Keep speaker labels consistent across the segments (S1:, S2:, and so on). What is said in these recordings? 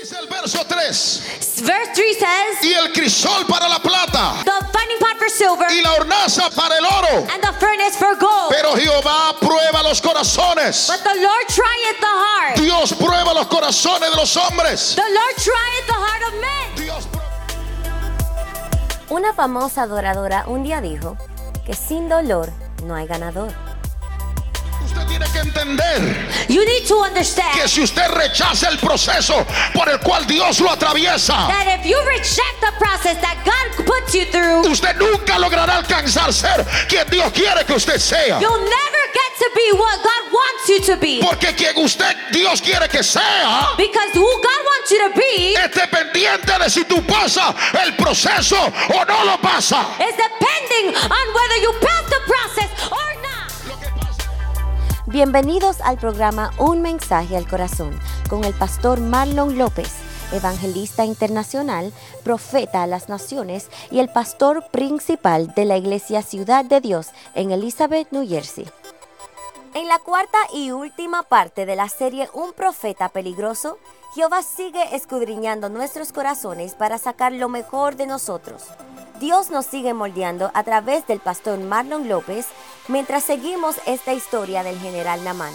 S1: Dice el verso 3.
S2: Verse 3 says,
S1: Y el crisol para la plata.
S2: The finding pot for silver
S1: Y la hornaza para el oro.
S2: and the furnace for gold.
S1: Pero Jehová prueba los corazones.
S2: But the Lord trieth the heart.
S1: Dios prueba los corazones de los hombres.
S2: The Lord trieth the heart of men.
S1: Dios prueba-
S3: Una famosa adoradora un día dijo que sin dolor no hay ganador.
S1: Usted tiene que entender
S2: You need to understand
S1: que si usted rechaza el proceso por el cual Dios lo atraviesa,
S2: that if you reject the process that God puts you through,
S1: usted nunca logrará alcanzar ser quien Dios quiere que usted sea.
S2: you'll never get to be what God wants you to be.
S1: Porque quien usted Dios quiere que sea
S2: Because who God wants you to be
S1: es dependiente de si tú pasas el proceso o no lo pasa.
S2: is depending on whether you pass the process or not.
S3: Bienvenidos al programa Un mensaje al corazón con el pastor Marlon López, evangelista internacional, profeta a las naciones y el pastor principal de la iglesia Ciudad de Dios en Elizabeth, New Jersey. En la cuarta y última parte de la serie Un profeta peligroso, Jehová sigue escudriñando nuestros corazones para sacar lo mejor de nosotros. Dios nos sigue moldeando a través del pastor Marlon López mientras seguimos esta historia del general Namán.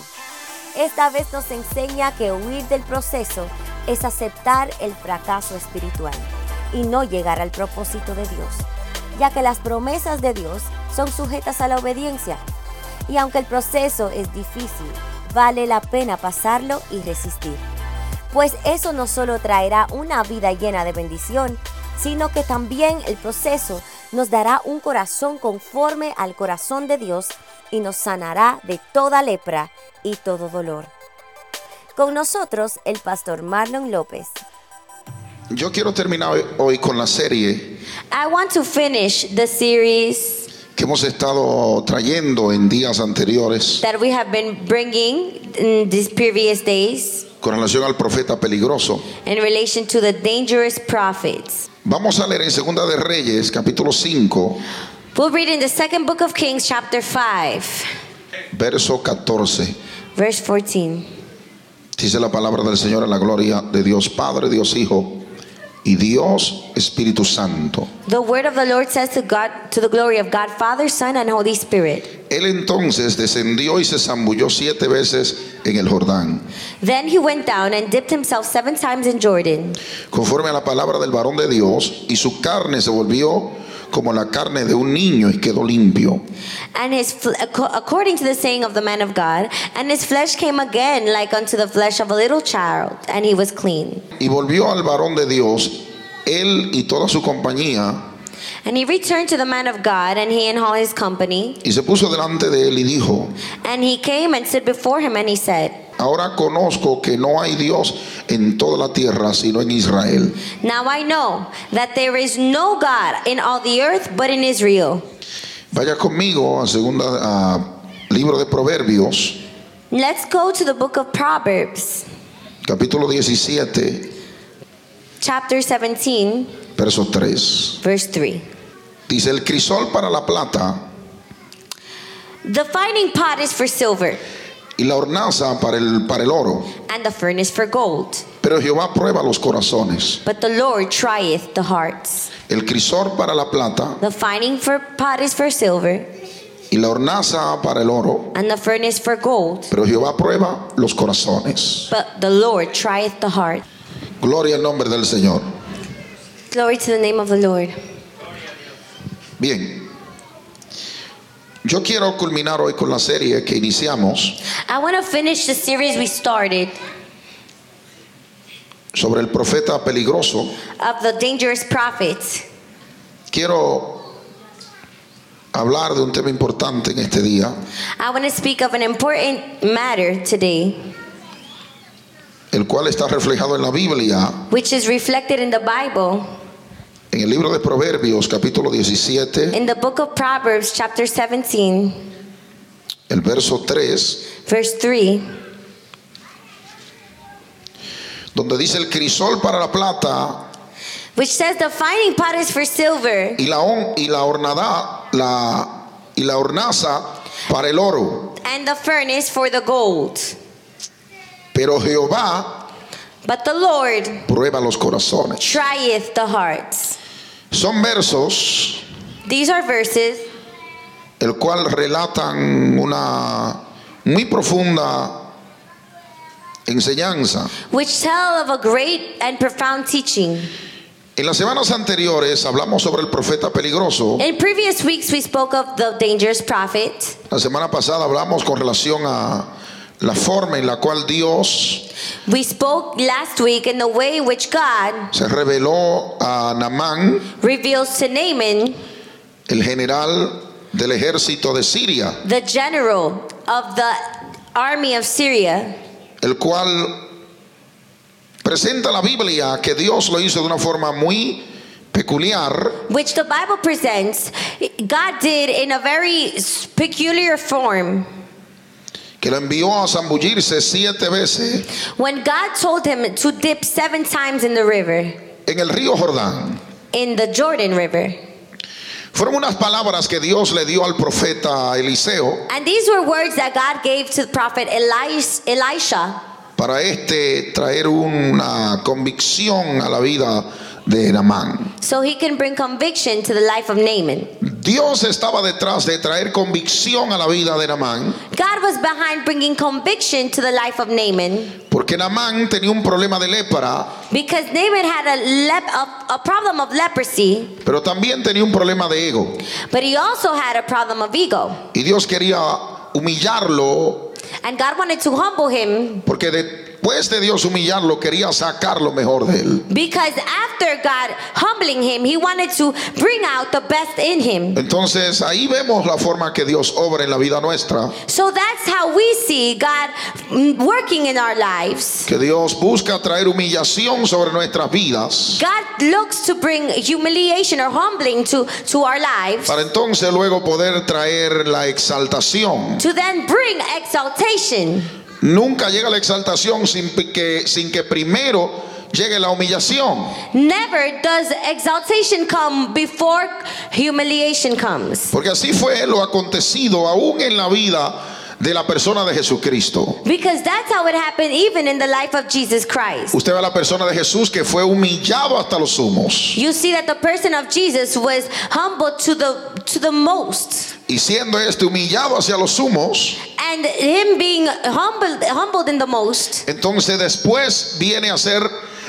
S3: Esta vez nos enseña que huir del proceso es aceptar el fracaso espiritual y no llegar al propósito de Dios, ya que las promesas de Dios son sujetas a la obediencia. Y aunque el proceso es difícil, vale la pena pasarlo y resistir. Pues eso no solo traerá una vida llena de bendición, sino que también el proceso nos dará un corazón conforme al corazón de Dios y nos sanará de toda lepra y todo dolor. Con nosotros el pastor Marlon López.
S1: Yo quiero terminar hoy- hoy con la serie
S2: I want to finish the series
S1: que hemos estado trayendo en días anteriores
S2: that we have been bringing in these previous days
S1: con relación al profeta peligroso.
S2: in relation to the dangerous prophets.
S1: Vamos a leer en Segunda de Reyes, capítulo 5,
S2: We'll read in the second book of Kings, chapter 5,
S1: verso 14.
S2: verse 14.
S1: Dice la palabra del Señor en la gloria de Dios Padre, Dios Hijo y Dios Espíritu Santo.
S2: The word of the Lord says to God to the glory of God Father, Son, and Holy Spirit.
S1: Él entonces descendió y se zambulló siete veces en el Jordán,
S2: Then he went down and dipped himself seven times in Jordan,
S1: conforme a la palabra del varón de Dios, y su carne se volvió como la carne de un niño y quedó limpio.
S2: and his fl- ac- according to the saying of the man of God, and his flesh came again like unto the flesh of a little child, and he was clean.
S1: Y volvió al varón de Dios, él y toda su compañía,
S2: And he returned to the man of God, and he and all his company,
S1: y se puso delante de él y dijo,
S2: and he came and stood before him, and he said,
S1: Ahora conozco que no hay Dios en toda la tierra sino en Israel.
S2: Now I know that there is no God in all the earth but in Israel.
S1: Vaya conmigo a segunda a libro de Proverbios,
S2: Let's go to the book of Proverbs,
S1: capítulo 17,
S2: chapter 17,
S1: verso 3.
S2: verse 3.
S1: Dice, el crisol para la plata
S2: The fining pot is for silver,
S1: y la hornaza para el, para el oro,
S2: and the furnace for gold.
S1: pero Jehová prueba los corazones.
S2: But the Lord trieth the hearts.
S1: El crisol para la plata
S2: The fining for pot is for silver,
S1: y la hornaza para el oro,
S2: and the furnace for gold.
S1: pero Jehová prueba los corazones.
S2: But the Lord trieth the heart.
S1: Gloria al nombre del Señor.
S2: Glory to the name of the Lord.
S1: Bien, yo quiero culminar hoy con la serie que iniciamos
S2: I want to finish the series we started
S1: sobre el profeta peligroso.
S2: of the dangerous prophets.
S1: Quiero hablar de un tema importante en este día,
S2: I want to speak of an important matter today,
S1: el cual está reflejado en la Biblia,
S2: which is reflected in the Bible,
S1: en el libro de Proverbios capítulo 17,
S2: in the book of Proverbs, chapter 17,
S1: el verso 3,
S2: verse 3.
S1: donde dice el crisol para la plata
S2: which says the fining pot is for silver
S1: y la, hon- y la hornada, la, y la hornaza para el oro.
S2: and the furnace for the gold.
S1: Pero Jehová
S2: But the Lord
S1: prueba los corazones.
S2: trieth the hearts.
S1: Son versos
S2: These are verses
S1: el cual relatan una muy profunda enseñanza.
S2: which tell of a great and profound teaching.
S1: En las semanas anteriores hablamos sobre el profeta peligroso.
S2: In previous weeks, we spoke of the dangerous prophet.
S1: La semana pasada hablamos con relación a la forma en la cual Dios
S2: We spoke last week in the way in which God
S1: se reveló a Namán,
S2: reveals to Naaman,
S1: el general del ejército de Siria,
S2: the general of the army of Syria,
S1: el cual presenta la Biblia que Dios lo hizo de una forma muy peculiar
S2: which the Bible presents, God did in a very peculiar form.
S1: que lo envió a zambullirse siete veces
S2: When God told him to dip seven times in the river,
S1: en el río Jordán.
S2: in the Jordan River.
S1: Fueron unas palabras que Dios le dio al profeta Eliseo
S2: And these were words that God gave to the prophet Elias, Elisha
S1: para este traer una convicción a la vida de Namán.
S2: so he can bring conviction to the life of Naaman.
S1: Dios estaba detrás de traer convicción a la vida de Namán,
S2: God was behind bringing conviction to the life of Naaman
S1: porque Namán tenía un problema de lépara,
S2: because Naaman had a, lep- a, a problem of leprosy,
S1: pero también tenía un problema de ego.
S2: but he also had a problem of ego.
S1: Y Dios quería humillarlo,
S2: And God wanted to humble him
S1: porque después de Dios humillarlo, quería sacar lo mejor de él.
S2: because after God humbling him, he wanted to bring out the best in him.
S1: Entonces ahí vemos la forma que Dios obra en la vida nuestra,
S2: So that's how we see God mm, working in our lives.
S1: que Dios busca traer humillación sobre nuestras vidas,
S2: God looks to bring humiliation or humbling to, to our lives
S1: para entonces luego poder traer la exaltación.
S2: to then bring exaltation.
S1: Nunca llega la exaltación sin pi- que, sin que primero llegue la humillación.
S2: Never does exaltation come before humiliation comes.
S1: Porque así fue lo acontecido aún en la vida de la persona de Jesucristo.
S2: Because that's how it happened even in the life of Jesus Christ.
S1: Usted ve a la persona de Jesús que fue humillado hasta los humos.
S2: You see that the person of Jesus was humble to the to the most.
S1: Y siendo este humillado hacia los humos,
S2: And him being humbled humbled in the most,
S1: entonces después viene a ser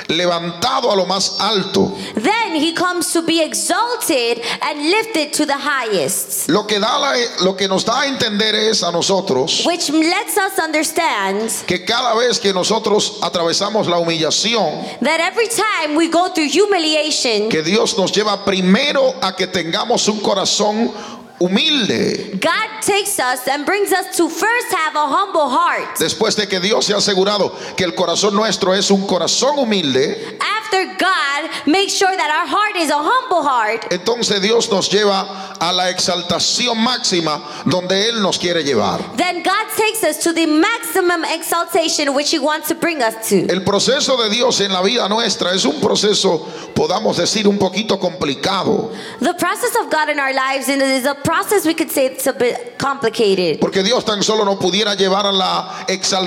S1: levantado a lo más alto.
S2: then he comes to be exalted and lifted to the highest.
S1: Lo que, da la- lo que nos da a entender es a nosotros
S2: Which lets us understand
S1: que cada vez que nosotros atravesamos la humillación,
S2: that every time we go through humiliation,
S1: que Dios nos lleva primero a que tengamos un corazón humilde.
S2: God takes us and brings us to first have a humble heart.
S1: Después de que Dios se ha asegurado que el corazón nuestro es un corazón humilde,
S2: After God makes sure that our heart is a humble heart,
S1: entonces Dios nos lleva a la exaltación máxima donde Él nos quiere llevar.
S2: then God takes us to the maximum exaltation which He wants to bring us to.
S1: El proceso de Dios en la vida nuestra es un proceso, podamos decir, un poquito complicado,
S2: The process of God in our lives and it is a process we could say it's a bit complicated.
S1: porque Dios tan solo nos pudiera llevar a la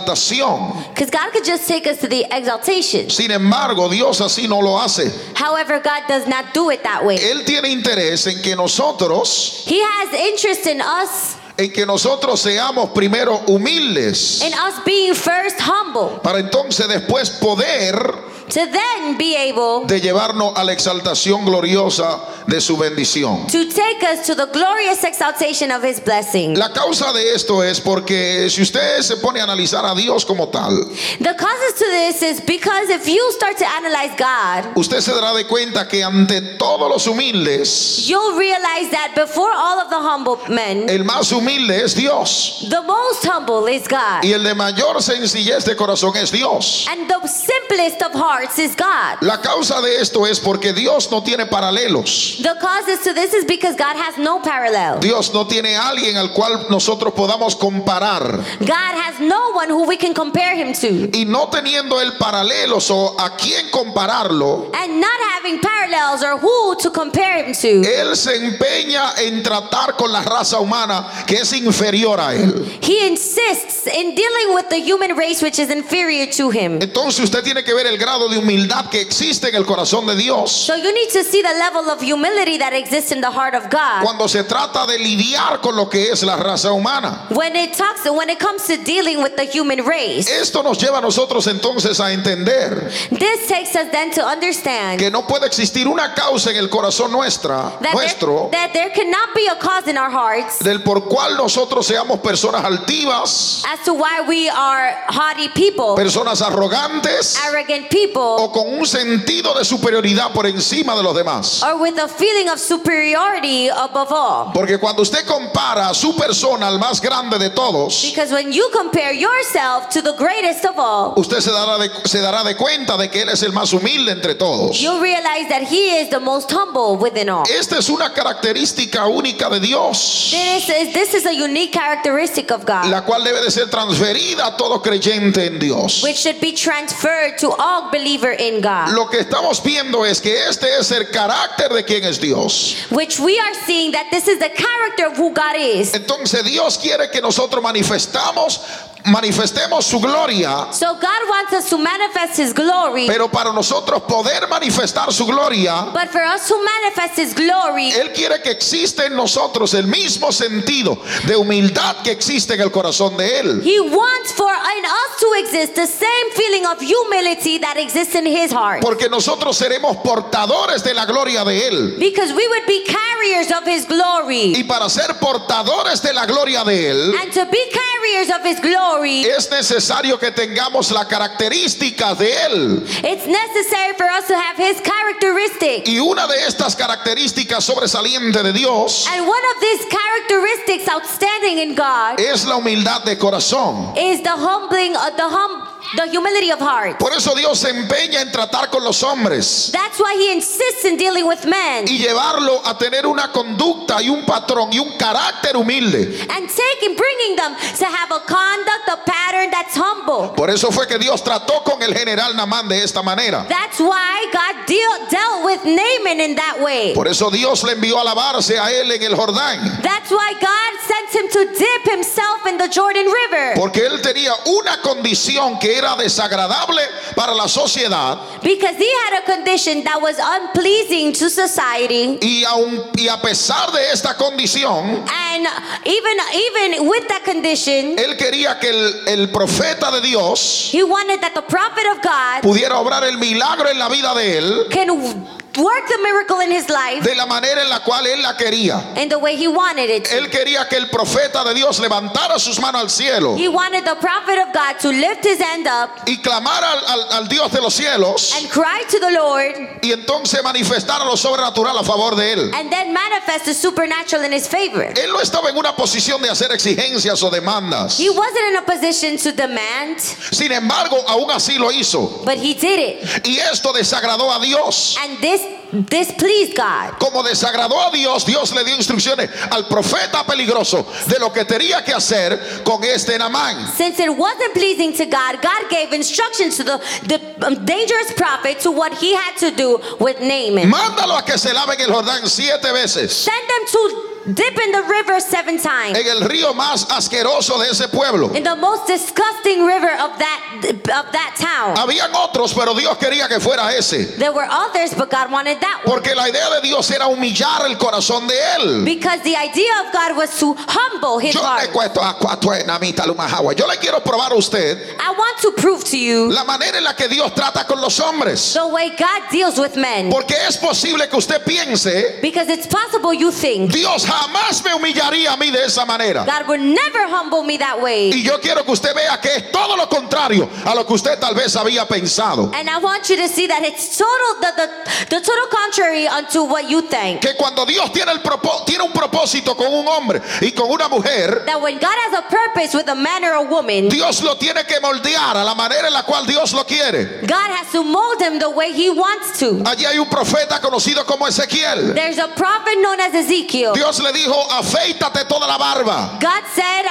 S1: exaltación.
S2: Because God could just take us to the exaltation.
S1: Sin embargo, Dios así no lo hace.
S2: However, God does not do it that way.
S1: Él tiene interés en que nosotros
S2: He has interest in us,
S1: en que nosotros seamos primero humildes
S2: in us being first humble,
S1: para entonces después poder
S2: to then be able
S1: de llevarnos a la exaltación gloriosa de su bendición.
S2: to take us to the glorious exaltation of His blessing.
S1: La causa de esto es porque si usted se pone a analizar a Dios como tal,
S2: The causes to this is because if you start to analyze God,
S1: usted se dará de cuenta que ante todos los humildes,
S2: you'll realize that before all of the humble men,
S1: el más humilde es Dios
S2: the most humble is God.
S1: y el de mayor sencillez de corazón es Dios.
S2: And the simplest of hearts is God.
S1: La causa de esto es porque Dios no tiene paralelos.
S2: The cause as to this is because God has no parallel.
S1: Dios no tiene alguien al cual nosotros podamos comparar.
S2: God has no one who we can compare him to.
S1: Y no teniendo el paralelo o a quién compararlo,
S2: And not having parallels or who to compare him to,
S1: Él se empeña en tratar con la raza humana que es inferior a Él.
S2: he insists in dealing with the human race which is inferior to him.
S1: Entonces usted tiene que ver el grado de humildad que existe en el corazón de Dios
S2: So you need to see the level of humility that exists in the heart of God.
S1: cuando se trata de lidiar con lo que es la raza humana.
S2: When it talks when it comes to dealing with the human race,
S1: Esto nos lleva a nosotros entonces a entender
S2: this takes us then to understand
S1: que no puede existir una causa en el corazón nuestra,
S2: that there,
S1: nuestro,
S2: that there cannot be a cause in our hearts
S1: del por cual nosotros seamos personas altivas,
S2: as to why we are haughty people,
S1: personas arrogantes
S2: arrogant people,
S1: o con un sentido de superioridad por encima de los demás.
S2: or with a feeling of superiority above all.
S1: Porque cuando usted compara a su persona al más grande de todos,
S2: Because when you compare yourself to the greatest of all,
S1: usted se dará de, se dará de cuenta de que él es el más humilde entre todos.
S2: you'll realize that he is the most humble within all.
S1: Esta es una característica única de Dios,
S2: This is, this is a unique characteristic of God.
S1: la cual debe de ser transferida a todo creyente en Dios.
S2: which should be transferred to all believer in God.
S1: Lo que estamos viendo es que este es el carácter de quien es Dios.
S2: Which we are seeing that this is the character of who God is.
S1: Entonces Dios quiere que nosotros manifestamos, manifestemos su gloria,
S2: So God wants us to manifest His glory,
S1: pero para nosotros poder manifestar su gloria,
S2: but for us to manifest His glory,
S1: Él quiere que exista en nosotros el mismo sentido de humildad que existe en el corazón de Él.
S2: He wants for in us to exist the same feeling of humility that exists in His heart.
S1: Porque nosotros seremos portadores de la gloria de Él.
S2: Because we would be carriers of His glory.
S1: Y para ser portadores de la gloria de Él,
S2: And to be carriers of His glory,
S1: es necesario que tengamos la característica de Él.
S2: it's necessary for us to have His characteristic.
S1: Y una de estas características sobresalientes de Dios
S2: And one of these characteristics outstanding in God
S1: es la humildad de corazón.
S2: is the humbling of the hum the humility of heart.
S1: Por eso Dios se empeña en tratar con los hombres
S2: That's why he insists in dealing with men
S1: y llevarlo a tener una conducta y un patrón y un carácter humilde.
S2: and taking bringing them to have a conduct, a pattern that's humble.
S1: Por eso fue que Dios trató con el general Namán de esta manera.
S2: That's why God deal, dealt with Naaman in that way.
S1: Por eso Dios le envió a lavarse a él en el Jordán.
S2: That's why God sent him to dip himself in the Jordan River
S1: Porque él tenía una condición que era desagradable para la sociedad.
S2: because he had a condition that was unpleasing to society.
S1: Y, aun- y a pesar de esta condición,
S2: And even even with that condition,
S1: él quería que el, el profeta de Dios
S2: he wanted that the prophet of God
S1: pudiera obrar el milagro en la vida de él
S2: can work the miracle in his life
S1: de la manera en la cual él la quería.
S2: in the way he wanted it. to.
S1: Él quería que el profeta de Dios levantara sus manos al cielo
S2: He wanted the prophet of God to lift his hand up
S1: y clamara al- al- al Dios de los cielos.
S2: and cry to the Lord
S1: y entonces manifestar lo sobrenatural a favor de él.
S2: and then manifest the supernatural in his favor.
S1: Él no estaba en una posición de hacer exigencias o demandas.
S2: He wasn't in a position to demand,
S1: Sin embargo, aún así lo hizo.
S2: but he did it.
S1: Y esto desagradó a Dios.
S2: And this displeased God.
S1: Como desagradó a Dios, Dios le dio instrucciones al profeta peligroso de lo que tenía que hacer con este Namán.
S2: Since it wasn't pleasing to God, God gave instructions to the, the um, dangerous prophet to what he had to do with Naaman.
S1: Mándalo a que se lave en el Jordán siete veces,
S2: Send them to dip in the river seven times.
S1: en el río más asqueroso de ese pueblo.
S2: In the most disgusting river of that of that town.
S1: Habían otros, pero Dios quería que fuera ese.
S2: There were others, but God wanted that one.
S1: Porque la idea de Dios era humillar el corazón de él.
S2: Because the idea of God was to humble his
S1: Yo
S2: heart.
S1: le cuento a cuatro enamitas lumajagua. Yo le quiero probar a usted
S2: I want to prove to you
S1: la manera en la que Dios trata con los hombres.
S2: the way God deals with men.
S1: Porque es posible que usted piense,
S2: Because it's possible you think
S1: Dios jamás me humillaría a mí de esa manera.
S2: God would never humble me that way.
S1: Y yo quiero que usted vea que es todo lo contrario a lo que usted tal vez había pensado.
S2: And I want you to see that it's total the, the, the total contrary unto what you think.
S1: Que cuando Dios tiene, el propó- tiene un propósito con un hombre y con una mujer,
S2: That when God has a purpose with a man or a woman,
S1: Dios lo tiene que moldear a la manera en la cual Dios lo quiere.
S2: God has to mold him the way he wants to.
S1: Allí hay un profeta conocido como Ezequiel.
S2: There's a prophet known as Ezekiel.
S1: Dios le dijo, afeítate toda la barba,
S2: God said,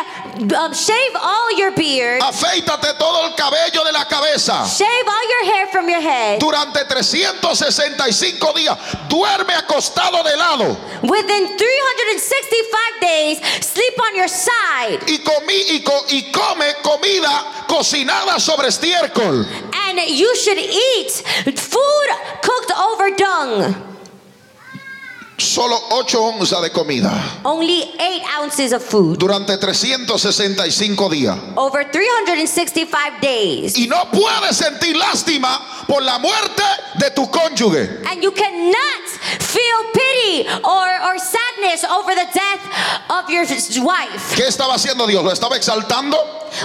S2: um, shave all your beard,
S1: afeítate todo el cabello de la cabeza.
S2: shave all your hair from your head.
S1: Durante 365 días, duerme acostado de lado
S2: Within 365 days, sleep on your side
S1: y, comí, y, co- y come comida cocinada sobre estiércol.
S2: and you should eat food cooked over dung.
S1: Solo 8 onzas de comida
S2: Only 8 ounces of food
S1: durante 365 días.
S2: over 365 days.
S1: Y no puedes sentir lástima por la muerte de tu cónyuge.
S2: And you cannot feel pity or, or sadness over the death of your wife.
S1: ¿Qué estaba haciendo Dios? ¿Lo estaba exaltando?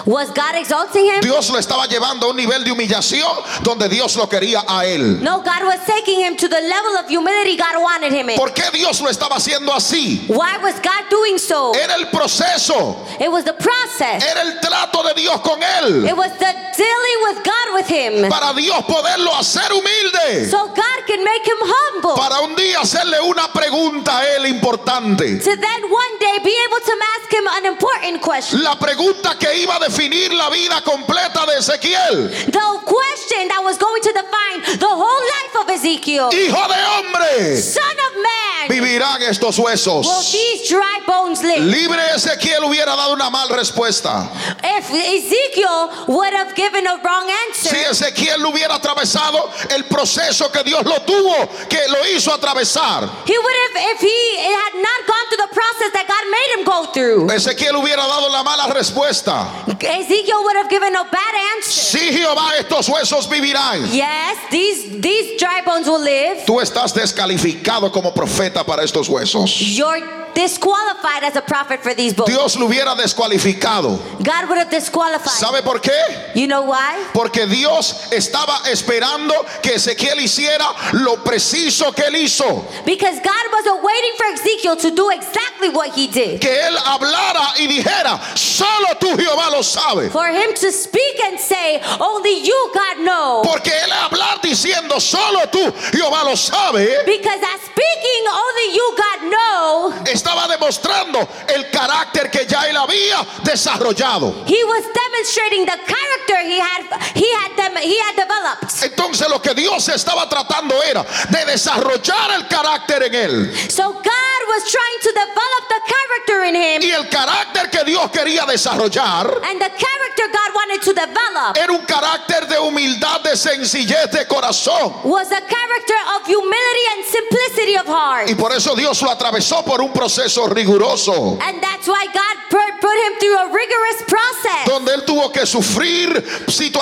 S2: Was God exalting him?
S1: Dios lo estaba llevando a un nivel de humillación donde Dios lo quería a él.
S2: No, God was taking him to the level of humility God wanted him in.
S1: ¿Por qué Dios lo estaba haciendo así?
S2: Why was God doing so?
S1: Era el proceso,
S2: It was the process.
S1: era el trato de Dios con él
S2: It was the dealing with God with him.
S1: para Dios poderlo hacer humilde.
S2: So God can make him humble.
S1: Para un día hacerle una pregunta a él importante.
S2: To then one day be able to ask him an important question.
S1: La pregunta que iba a definir la vida completa de Ezequiel.
S2: The question that was going to define the whole life of Ezekiel.
S1: Hijo de hombre,
S2: Son of man,
S1: vivirán estos
S2: will
S1: huesos.
S2: these dry bones live?
S1: Libre Ezequiel hubiera dado una mal respuesta.
S2: If Ezekiel would have given a wrong
S1: Si
S2: answer,
S1: Ezequiel no hubiera atravesado el proceso que Dios lo tuvo, que lo hizo atravesar,
S2: he would have, if he had not gone through the process that God made him go through,
S1: Ezequiel hubiera dado la mala respuesta.
S2: Ezekiel would have given a bad answer.
S1: Si Jehová, estos huesos vivirán.
S2: Yes, these these dry bones will live.
S1: Tú estás descalificado como profeta para estos huesos.
S2: You're disqualified as a prophet for these bones.
S1: Dios lo hubiera descualificado.
S2: God would have disqualified.
S1: ¿Sabe por qué?
S2: You know why?
S1: Porque Dios estaba esperando que Ezequiel hiciera lo preciso que él hizo.
S2: Because God was waiting for Ezekiel to do exactly what he did.
S1: Que él hablara y dijera, solo tú Jehová lo sabes.
S2: For him to speak and say, only you, God, know.
S1: Porque él hablar diciendo solo tú, Jehová lo sabe,
S2: Because as speaking only you, God, know,
S1: estaba demostrando el carácter que ya él había desarrollado.
S2: he was demonstrating the character he had he had dem- he had developed.
S1: Entonces lo que Dios estaba tratando era de desarrollar el carácter en él.
S2: So God was trying to develop the character in him,
S1: Y el carácter que Dios quería desarrollar
S2: and the character God wanted to develop
S1: era un carácter de humildad, de sencillez de corazón.
S2: was a character of humility and simplicity of heart.
S1: Y por eso Dios lo atravesó por un proceso riguroso.
S2: And that's why God put, put him through a rigorous process
S1: Donde él tuvo que sufrir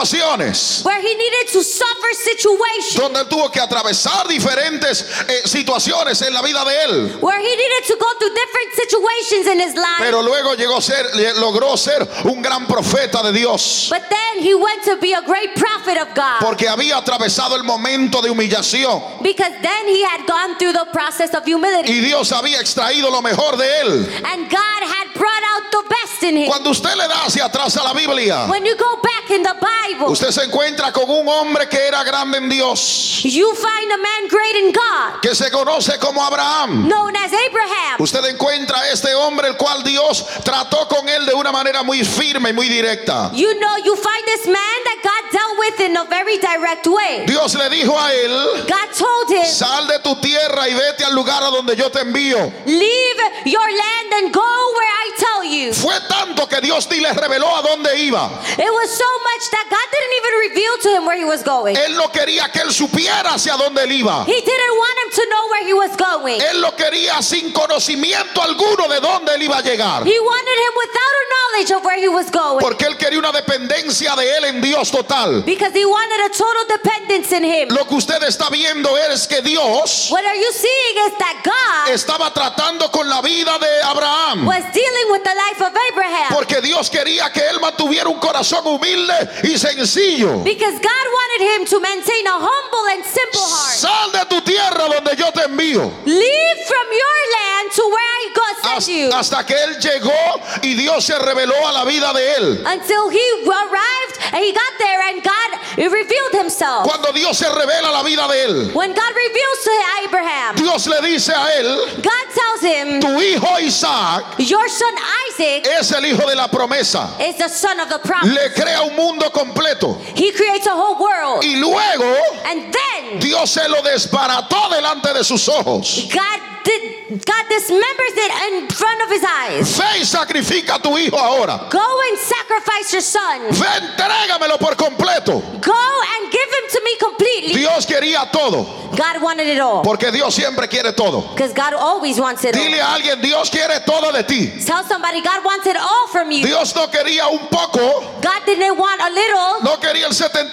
S1: situaciones.
S2: where he needed to suffer situations,
S1: donde él tuvo que atravesar diferentes eh, situaciones en la vida de él.
S2: where he needed to go through different situations in his life.
S1: Pero luego llegó a ser, logró ser un gran profeta de Dios.
S2: But then he went to be a great prophet of God
S1: Porque había atravesado el momento de humillación.
S2: because then he had gone through the process of humility
S1: Y Dios había extraído lo mejor de él.
S2: and God had brought out the best in him.
S1: Cuando usted le da hacia atrás a la Biblia,
S2: When you go back in the Bible,
S1: usted se encuentra con un hombre que era grande en Dios.
S2: you find a man great in God
S1: Que se conoce como Abraham.
S2: known as Abraham.
S1: Usted encuentra a este hombre el cual Dios trató con él de una manera muy firme y muy directa.
S2: You know, you find this man that God dealt with in a very direct way.
S1: Dios le dijo a él,
S2: God told him,
S1: Sal de tu tierra y vete al lugar a donde yo te envío.
S2: Leave your land and go where I tell you.
S1: Fue tanto que Dios ni les reveló a dónde iba.
S2: It was so much that God didn't even reveal to him where he was going.
S1: Él no quería que él supiera hacia dónde él iba.
S2: He didn't want him to know where he was going.
S1: Él lo quería sin conocimiento alguno de dónde él iba a llegar.
S2: He wanted him without a knowledge of where he was going
S1: Porque él quería una dependencia de él en Dios total.
S2: because he wanted a total dependence in him.
S1: Lo que usted está viendo es que Dios
S2: What are you seeing is that God
S1: estaba tratando con la vida de Abraham.
S2: was dealing with the life of Abraham
S1: Porque Dios quería que él mantuviera un corazón humilde y sencillo.
S2: because God wanted him to maintain a humble and simple heart.
S1: Sal de tu tierra donde yo te envío.
S2: Leave from your land to where I God sent you
S1: Hasta, hasta que él llegó y Dios se reveló a la vida de él.
S2: until he arrived and he got there and God revealed himself.
S1: Cuando Dios se revela la vida de él,
S2: When God reveals to Abraham,
S1: Dios le dice a él,
S2: God tells him,
S1: tu hijo Isaac
S2: Your son Isaac
S1: es el hijo de la promesa.
S2: is the son of the promise.
S1: Le crea un mundo completo.
S2: He creates a whole world.
S1: Y luego
S2: And then
S1: Dios se lo desbarató delante de sus ojos.
S2: God did God dismembers it in front of his eyes.
S1: Ve y sacrifica a tu hijo ahora.
S2: Go and sacrifice your son.
S1: Ve, entrégamelo por completo.
S2: Go and give him to me completely.
S1: Dios quería todo,
S2: God wanted it all.
S1: porque Dios siempre quiere todo.
S2: Because God always wants it all.
S1: Dile a alguien, Dios quiere todo de ti.
S2: Tell somebody God wants it all from you.
S1: Dios no quería un poco,
S2: God didn't want a little.
S1: no quería el 75%,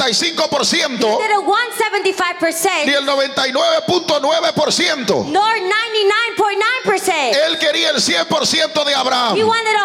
S2: Didn't want
S1: ni
S2: 75%,
S1: el 99.9%.
S2: nor 99.9%.
S1: Él quería el 100% de
S2: He
S1: Abraham.
S2: wanted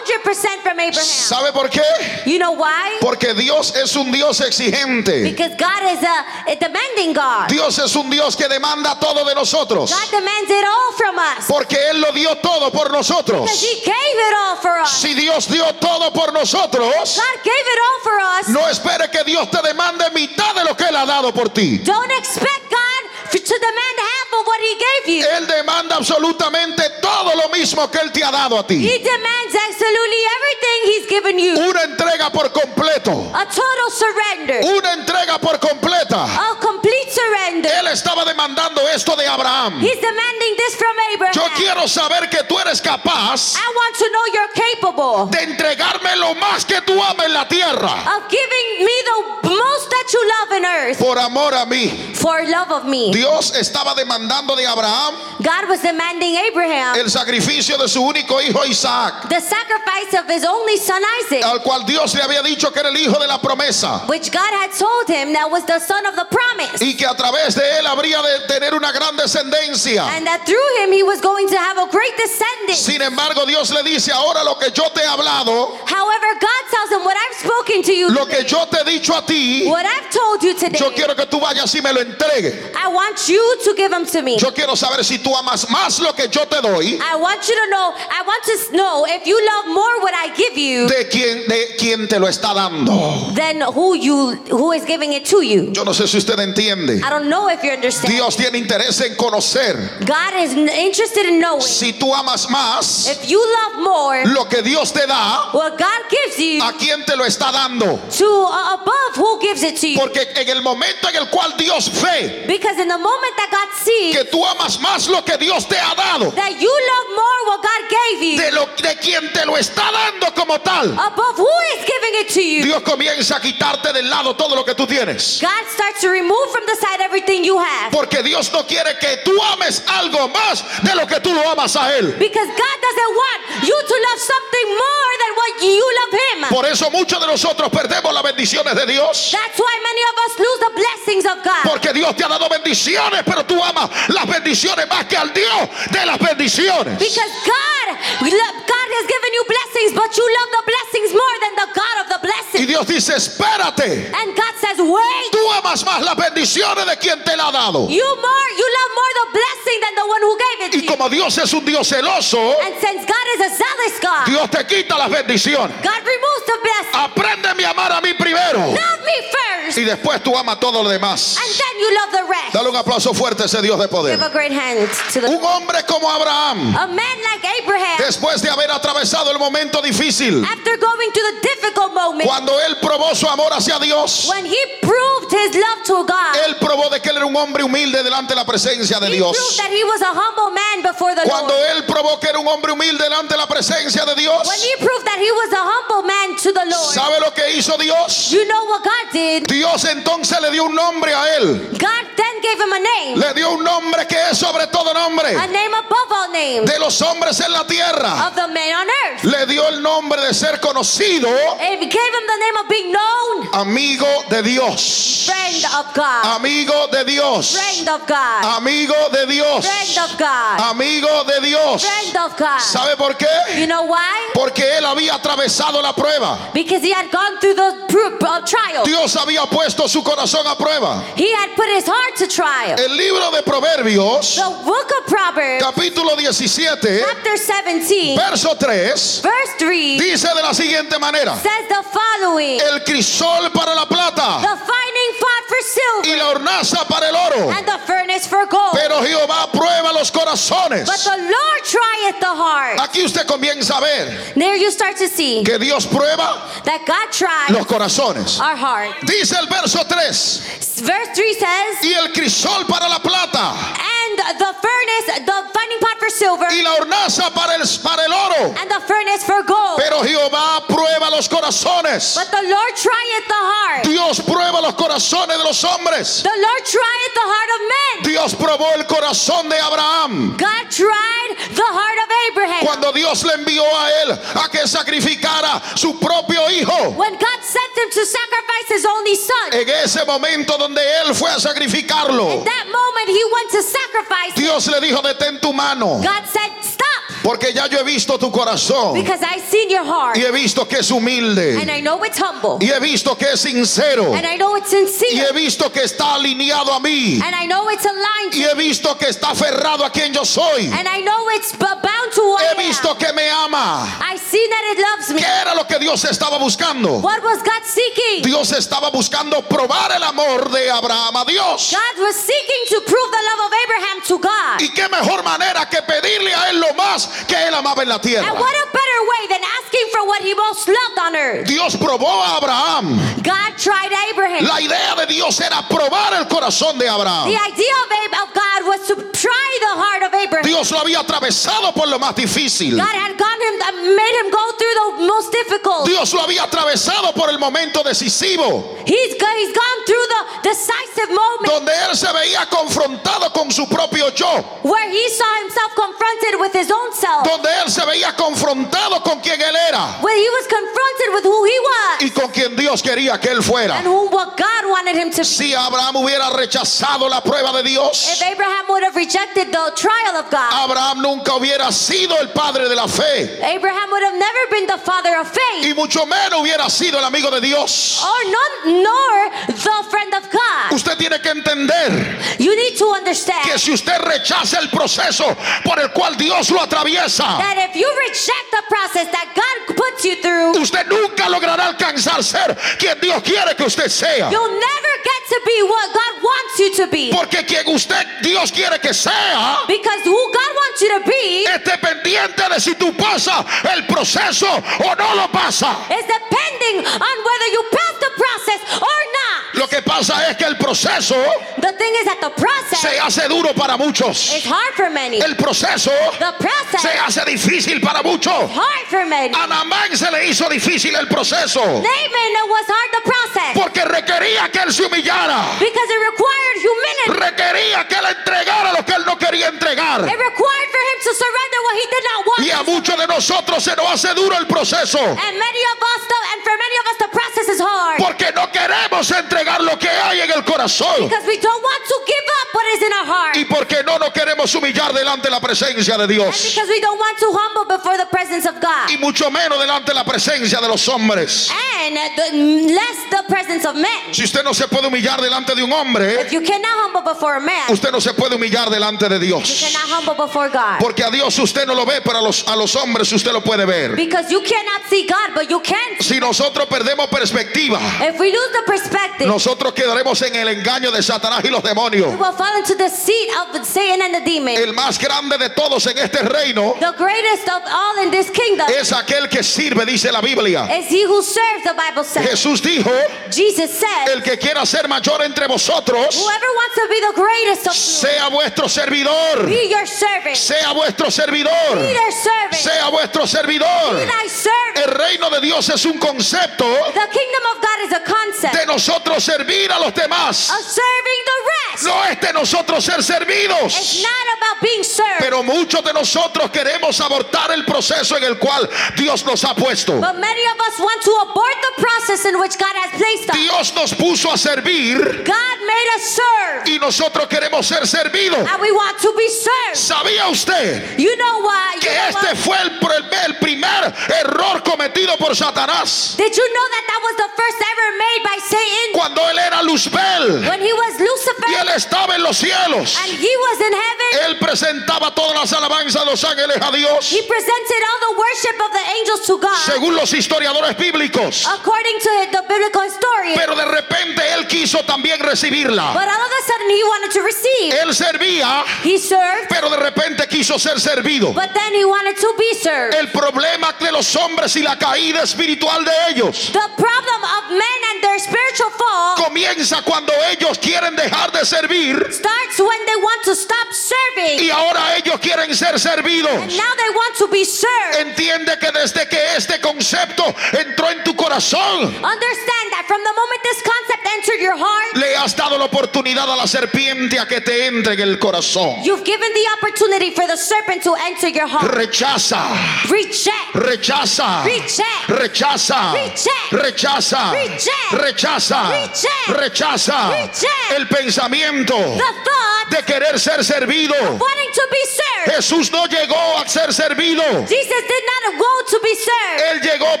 S2: 100% from Abraham.
S1: ¿Sabe por qué?
S2: You know why?
S1: Porque Dios es un Dios exigente.
S2: Because God is a, a demanding God.
S1: Dios es un Dios que demanda todo de nosotros.
S2: God demands it all from us.
S1: Porque Él lo dio todo por nosotros.
S2: Because He gave it all for us.
S1: Si Dios dio todo por nosotros,
S2: God gave it all for us.
S1: no espere que Dios te demande mitad de lo que Él ha dado por ti.
S2: Don't expect God f- to demand half of what He gave you.
S1: Él demanda absolutamente todo lo mismo que Él te ha dado a ti.
S2: He demands absolutely everything He's given you.
S1: Una entrega por completo.
S2: A total surrender.
S1: Una entrega por completa.
S2: A complete surrender.
S1: Él estaba demandando esto de Abraham.
S2: He's demanding this from
S1: Yo
S2: Abraham.
S1: quiero saber que tú eres capaz
S2: I want to know you're capable
S1: de entregarme lo más que tú amas en la tierra
S2: of giving me the most that you love on earth
S1: por amor a mí.
S2: for love of me.
S1: Dios estaba demandando de Abraham
S2: God was demanding Abraham
S1: el sacrificio de su único hijo Isaac.
S2: the sacrifice of his only son Isaac,
S1: al cual Dios le había dicho que era el hijo de la promesa
S2: which God had told him that was the son of the promise,
S1: y que a través de él habría de tener una gran descendencia.
S2: and that through him he was going to have a great descendant.
S1: Sin embargo, Dios le dice, ahora lo que yo te he hablado,
S2: However, God tells him, What I've spoken to you,
S1: lo que yo te he dicho a ti,
S2: what I've told you
S1: yo
S2: today,
S1: quiero que tú vayas y me lo entregues.
S2: I want you to give him to me.
S1: Yo quiero saber si tú amas más lo que yo te doy
S2: I want you to know, I want to s- know if you love more what I give you
S1: de quien, de quien te lo está dando.
S2: than who you who is giving it to you.
S1: Yo no sé si usted entiende.
S2: I don't know if you understand.
S1: Dios tiene interés en conocer
S2: God is n- interested in knowing
S1: si tú amas más
S2: if you love more
S1: lo que Dios te da
S2: what God gives you
S1: a quien te lo está dando.
S2: to uh, above who gives it to you.
S1: Porque en el momento en el cual Dios ve
S2: Because in the moment that God sees
S1: que tú amas más lo que Dios te ha dado
S2: that you love more what God gave you
S1: de, lo, de quien te lo está dando como tal,
S2: above who is giving it to you,
S1: Dios comienza a quitarte del lado todo lo que tú tienes.
S2: God starts to remove from the side everything you have.
S1: Porque Dios no quiere que tú ames algo más de lo que tú lo amas a Él.
S2: Because God doesn't want you to love something more than what you love Him.
S1: Por eso muchos de nosotros perdemos las bendiciones de Dios.
S2: That's why many of us lose the blessings of God.
S1: Porque Dios te ha dado bendiciones, pero tú amas las bendiciones más que al Dios de las bendiciones.
S2: Because God, God has given you blessings, but you love the blessings more than the God of the
S1: Y
S2: blessings.
S1: Dios dice, espérate,
S2: And God says, wait.
S1: tú amas más las bendiciones de quien te la ha dado.
S2: You more, you love more the blessing than the one who gave it to
S1: Y
S2: you.
S1: como Dios es un Dios celoso,
S2: And since God is a zealous God,
S1: Dios te quita las bendiciones.
S2: God removes the blessing.
S1: Apréndeme a amar a mí primero.
S2: Love me first,
S1: Y después tú amas todo lo demás.
S2: and then you love the rest.
S1: Dale un aplauso fuerte a ese Dios de
S2: Give
S1: poder.
S2: a great hand to the.
S1: Un hombre como Abraham,
S2: A man like Abraham,
S1: después de haber atravesado el momento difícil,
S2: after going through the difficult moment,
S1: cuando él probó su amor hacia Dios,
S2: when he proved proved his love to God.
S1: Él probó de que él era un hombre humilde delante de la presencia de
S2: He proved
S1: Dios.
S2: that he was a humble man before the
S1: Cuando
S2: Lord.
S1: él probó que era un hombre humilde delante de la presencia de Dios,
S2: When he proved that he was a humble man to the Lord,
S1: ¿sabe lo que hizo Dios?
S2: you know what God did?
S1: Dios entonces le dio un nombre a él.
S2: God then gave him a name,
S1: Le dio un nombre que es sobre todo nombre
S2: a name above all names
S1: de los hombres en la tierra.
S2: of the man on earth.
S1: Le dio el nombre de ser conocido,
S2: It gave him the name of being known,
S1: amigo de Dios.
S2: friend of
S1: Uh,
S2: God,
S1: Amigo de Dios.
S2: friend of God,
S1: Amigo de Dios.
S2: friend of
S1: Uh,
S2: God,
S1: Amigo de Dios.
S2: friend of God.
S1: ¿Sabe por qué?
S2: You know why?
S1: Porque él había atravesado la prueba.
S2: Because he had gone through the pr- uh, trial.
S1: Dios había puesto su corazón a prueba.
S2: He had put his heart to trial.
S1: El libro de Proverbios,
S2: The book of Proverbs,
S1: capítulo 17,
S2: chapter 17,
S1: verso 3,
S2: verse 3,
S1: dice de la siguiente manera.
S2: says the following
S1: El crisol para la plata
S2: The fining pot for silver
S1: y la hornaza para el oro.
S2: and the furnace for gold.
S1: Pero Jehová prueba los corazones.
S2: But the Lord trieth the heart.
S1: Aquí usted comienza a ver
S2: There you start to see
S1: que Dios prueba
S2: that God
S1: los
S2: tries
S1: corazones.
S2: our heart.
S1: Dice el verso 3,
S2: Verse 3 says,
S1: y el crisol para la plata
S2: And the furnace, the fining pot for silver
S1: y la hornaza para el, para el oro.
S2: and the furnace for gold.
S1: Pero Jehová prueba los corazones.
S2: But the Lord trieth the heart.
S1: Dios prueba los corazones de los hombres.
S2: The Lord trieth the heart of men.
S1: Dios probó el corazón de Abraham
S2: God tried the heart of Abraham.
S1: cuando Dios le envió a él a que sacrificara su propio hijo.
S2: When God sent him to sacrifice his only son,
S1: En ese momento donde él fue a sacrificarlo,
S2: that moment he went to sacrifice.
S1: Dios le dijo, detén tu mano,
S2: God said, Stop,
S1: porque ya yo he visto tu corazón
S2: because I seen your heart,
S1: y he visto que es
S2: and
S1: humilde
S2: I know it's humble,
S1: y he visto que es sincero
S2: and I know it's
S1: y he
S2: sincere,
S1: visto que está alineado a mí
S2: and I know it's aligned,
S1: y he visto que está aferrado a quien yo soy.
S2: and I know it's b- bound to what
S1: He
S2: I am.
S1: visto que me ama.
S2: I see that it loves me.
S1: ¿Qué era lo que Dios estaba buscando?
S2: What was God seeking?
S1: Dios estaba buscando probar el amor de Abraham a Dios.
S2: God was seeking to prove the love of Abraham to God.
S1: Y qué mejor manera que pedirle a él lo más que él amaba en la
S2: And
S1: tierra.
S2: what a better way than asking for what he most loved on earth.
S1: Dios probó a Abraham.
S2: God tried Abraham.
S1: La idea de Dios era probar el corazón de
S2: The
S1: Abraham.
S2: idea of, Ab- of God was to try the heart of Abraham.
S1: Dios lo había atravesado por lo más difícil.
S2: God had gone him, uh, made him go through the most difficult.
S1: Dios lo había atravesado por el momento decisivo,
S2: He's, go- he's gone through the decisive moment
S1: donde él se veía confrontado con su propio yo,
S2: where he saw himself confronted with his own self.
S1: donde él se veía confrontado con quien él era
S2: When he was confronted with who he was
S1: y con quien Dios quería que él fuera.
S2: and who, what God wanted him to be.
S1: Si Abraham hubiera rechazado la prueba de
S2: If
S1: Dios,
S2: Abraham would have rejected the trial of God,
S1: Abraham nunca hubiera sido el padre de la fe
S2: Abraham would have never been the father of faith.
S1: y mucho menos hubiera sido el amigo de Dios.
S2: or none, nor the friend of God.
S1: Usted tiene que entender
S2: You need to understand
S1: que si usted rechaza el proceso por el cual Dios lo atraviesa,
S2: that if you reject the process that God puts you through,
S1: usted nunca logrará alcanzar ser quien Dios quiere que usted sea.
S2: you'll never get to be what God wants you to be.
S1: Porque quien usted Dios quiere que sea,
S2: Because who God wants you to be
S1: esté pendiente de si tú pasas el proceso o no lo pasa.
S2: is depending on whether you pass the process or not.
S1: Lo que pasa es que el proceso
S2: The thing is that the process
S1: se hace duro para muchos.
S2: is hard for many.
S1: El proceso
S2: The
S1: se
S2: process is
S1: hace difícil para muchos.
S2: hard for many.
S1: A Namán se le hizo difícil el proceso
S2: Naaman it was hard the process
S1: porque requería que él se humillara,
S2: because it required humility.
S1: requería que él entregara lo que él no quería
S2: It
S1: entregar.
S2: required for him to surrender what he did not want.
S1: Y a muchos de nosotros se nos hace duro el proceso
S2: And many of us, the, and for many of us, the process is hard
S1: porque no queremos entregar lo que hay en el corazón
S2: because we don't want to give up what is in our heart,
S1: y porque no nos queremos humillar delante de la presencia de
S2: and
S1: Dios
S2: because we don't want to humble before the presence of God,
S1: y mucho menos delante de la presencia de los hombres.
S2: and the, less the presence of men.
S1: Si usted no se puede humillar delante de un hombre,
S2: If you cannot humble before a man, you
S1: usted no se puede humillar delante de Dios.
S2: cannot humble before God.
S1: Porque a Dios usted no lo ve, pero a los, a los hombres usted lo puede ver.
S2: Because you cannot see God, but you can.
S1: Si nosotros perdemos pers- perspectiva,
S2: If we lose the perspective,
S1: nosotros quedaremos en el engaño de Satanás y los demonios.
S2: we will fall into the seat of Satan and the demon.
S1: El más grande de todos en este reino
S2: the greatest of all in this kingdom
S1: es aquel que sirve, dice la Biblia.
S2: is he who serves, the Bible says.
S1: Jesús dijo,
S2: Jesus said,
S1: el que quiera ser mayor entre vosotros,
S2: Whoever wants to be the greatest of you,
S1: sea vuestro servidor,
S2: be your servant.
S1: sea vuestro
S2: Be
S1: servidor,
S2: their servant.
S1: sea vuestro servidor.
S2: Be thy servant.
S1: El reino de Dios es un concepto
S2: The kingdom of God is a concept
S1: de nosotros servir a los
S2: of
S1: demás.
S2: serving the rest.
S1: No es de nosotros ser
S2: It's
S1: servidos.
S2: not about being served.
S1: Pero muchos de nosotros queremos abortar el proceso en el cual Dios nos ha puesto.
S2: But many of us want to abort the process in which God has placed us.
S1: Dios nos puso a servir
S2: God made us serve,
S1: y nosotros queremos ser servidos.
S2: and we want to be served.
S1: ¿Sabía usted
S2: You know why? You
S1: que
S2: know
S1: este
S2: why?
S1: fue el, pr- el primer error cometido por Satanás?
S2: Did you know that that was the first ever made by Satan
S1: Cuando él era Luzbel
S2: when he was
S1: y
S2: Lucifer
S1: él estaba en los cielos,
S2: and he was in heaven?
S1: él presentaba todas las alabanzas de los ángeles a Dios.
S2: He presented all the worship of the angels to God
S1: según los historiadores bíblicos.
S2: according to the biblical historian.
S1: Pero de repente él quiso también recibirla.
S2: But all of a sudden he wanted to receive.
S1: Él servía,
S2: He served,
S1: pero de repente quiso ser servido.
S2: but then he wanted to be served.
S1: El problema de los hombres y la caída espiritual de ellos
S2: The problem of men and their spiritual fall
S1: comienza cuando ellos quieren dejar de servir
S2: starts when they want to stop serving
S1: y ahora ellos quieren ser
S2: and
S1: servidos.
S2: now they want to be served.
S1: Entiende que desde que este concepto entró en tu corazón,
S2: Understand that from the moment this concept entered your heart,
S1: le has dado la oportunidad a la serpiente a que te entre en el corazón.
S2: you've given the opportunity for the serpent to enter your heart.
S1: Rechaza.
S2: Reject.
S1: Rechaza.
S2: Reject.
S1: Rechaza.
S2: Reject.
S1: Rechaza.
S2: Reject.
S1: Rechaza.
S2: Reject.
S1: Rechaza.
S2: Reject.
S1: El pensamiento
S2: The thought
S1: de querer ser servido.
S2: wanting to be served.
S1: Jesús no llegó a ser servido.
S2: Jesus did not go to be served.
S1: Él llegó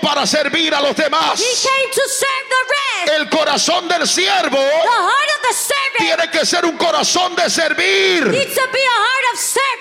S1: para servir a los demás.
S2: He came to serve the rest.
S1: El corazón del siervo
S2: The heart of the servant
S1: tiene que ser un corazón de servir.
S2: needs to be a heart of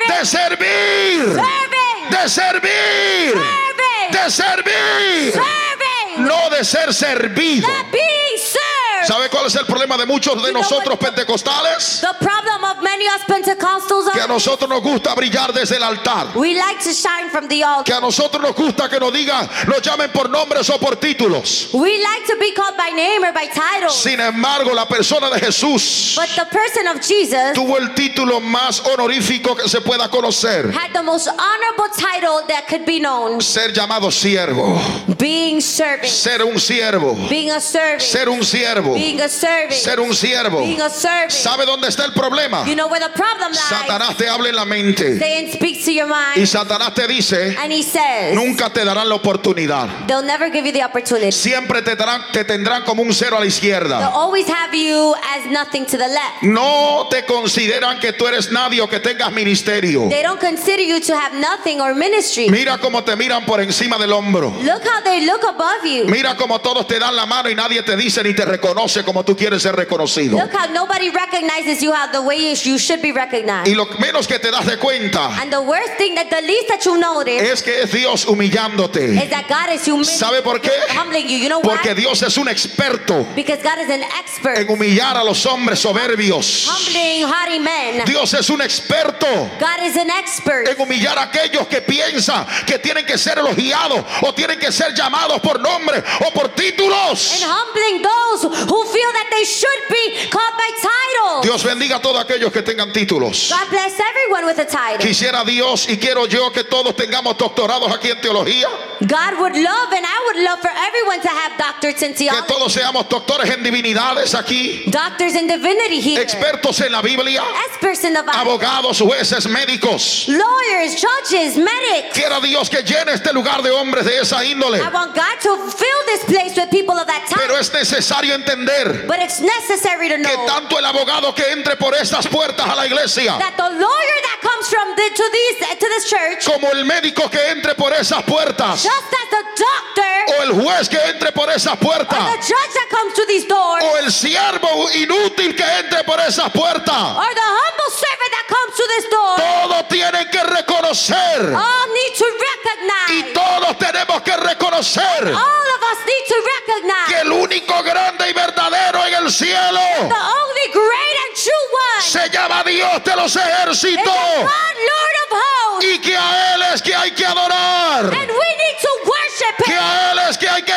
S1: De
S2: servant.
S1: servir.
S2: Serving.
S1: De servir.
S2: Serving.
S1: De servir.
S2: Serving.
S1: No de ser servido.
S2: Not being served.
S1: ¿Sabe cuál es el problema de muchos de nosotros pentecostales?
S2: The problem of many us Pentecostals
S1: Que a
S2: are
S1: nosotros nos gusta brillar desde el altar.
S2: we like to shine from the
S1: Que
S2: altar.
S1: a nosotros nos gusta que nos digan, nos llamen por nombres o por títulos.
S2: We like to be called by name or by title.
S1: Sin embargo, la persona de Jesús
S2: But the person of Jesus
S1: tuvo el título más honorífico que se pueda conocer.
S2: had the most honorable title that could be known.
S1: Ser llamado siervo.
S2: Being servant.
S1: Ser un siervo.
S2: Being a servant.
S1: Ser un siervo.
S2: Being a servant.
S1: Ser un siervo.
S2: Being a servant.
S1: ¿Sabe dónde está el problema?
S2: You know where the problem lies.
S1: Satanás te habla en la mente.
S2: Satan speaks to your
S1: Y
S2: mind
S1: Satanás te dice,
S2: and he says,
S1: nunca te darán la oportunidad.
S2: They'll never give you the opportunity.
S1: siempre te, tarán- te tendrán como un cero a la
S2: They'll
S1: izquierda.
S2: always have you as nothing to the left.
S1: No te consideran que tú eres nadie o que tengas ministerio.
S2: They don't consider you to have nothing or ministry.
S1: Mira cómo te miran por encima del hombro.
S2: Look how they look above you.
S1: Mira cómo todos te dan la mano y nadie te dice ni te reconoce como tú quieres ser reconocido.
S2: Look how nobody recognizes you how the way you you should be
S1: Y
S2: recognized.
S1: lo menos que te das de cuenta
S2: And the worst thing that the least that you notice
S1: es que es Dios humillándote.
S2: is that God is humili-
S1: ¿Sabe por qué?
S2: humbling you. You know
S1: Porque
S2: why?
S1: Dios es un experto
S2: Because God is an
S1: en
S2: expert,
S1: humillar a los hombres soberbios.
S2: humbling haughty men.
S1: Dios es un experto
S2: God is an expert
S1: en humillar a aquellos que piensan que tienen que ser elogiados o tienen que ser llamados por nombre o por
S2: in
S1: títulos.
S2: humbling those who feel that they should be called by title.
S1: Dios bendiga a todos aquellos que tengan títulos.
S2: God bless everyone with a title.
S1: Quisiera Dios y quiero yo que todos tengamos doctorados aquí en teología,
S2: God would love, and I would love for everyone to have doctorates in
S1: que
S2: theology,
S1: todos seamos doctores en divinidades aquí,
S2: doctors in divinity here,
S1: expertos en la Biblia,
S2: experts in the Bible,
S1: abogados, jueces, médicos.
S2: lawyers, judges, medics.
S1: Quiera Dios que llene este lugar de hombres de esa índole,
S2: I want God to fill this place with people of that
S1: pero
S2: time.
S1: es necesario entender
S2: But it's necessary to
S1: que
S2: know
S1: tanto el abogado que entre por estas puertas a la iglesia
S2: that the lawyer that comes from the, to these to this church,
S1: como el médico que entre por esas puertas
S2: just as the doctor
S1: o el juez que entre por esas
S2: or the
S1: puertas
S2: judge that comes to these doors,
S1: o el siervo inútil que entre por esas puertas
S2: or the humble servant that comes to this door,
S1: todos tienen que reconocer
S2: all need to
S1: Y
S2: recognize.
S1: todos tenemos que reconocer
S2: All of us need to recognize
S1: que el único grande y verdadero en el cielo
S2: the only great and true one
S1: se llama Dios de los
S2: is the
S1: ejércitos
S2: God, Lord of hosts.
S1: y que a Él es que hay que adorar,
S2: And we need to worship
S1: que
S2: him,
S1: a Él es que hay que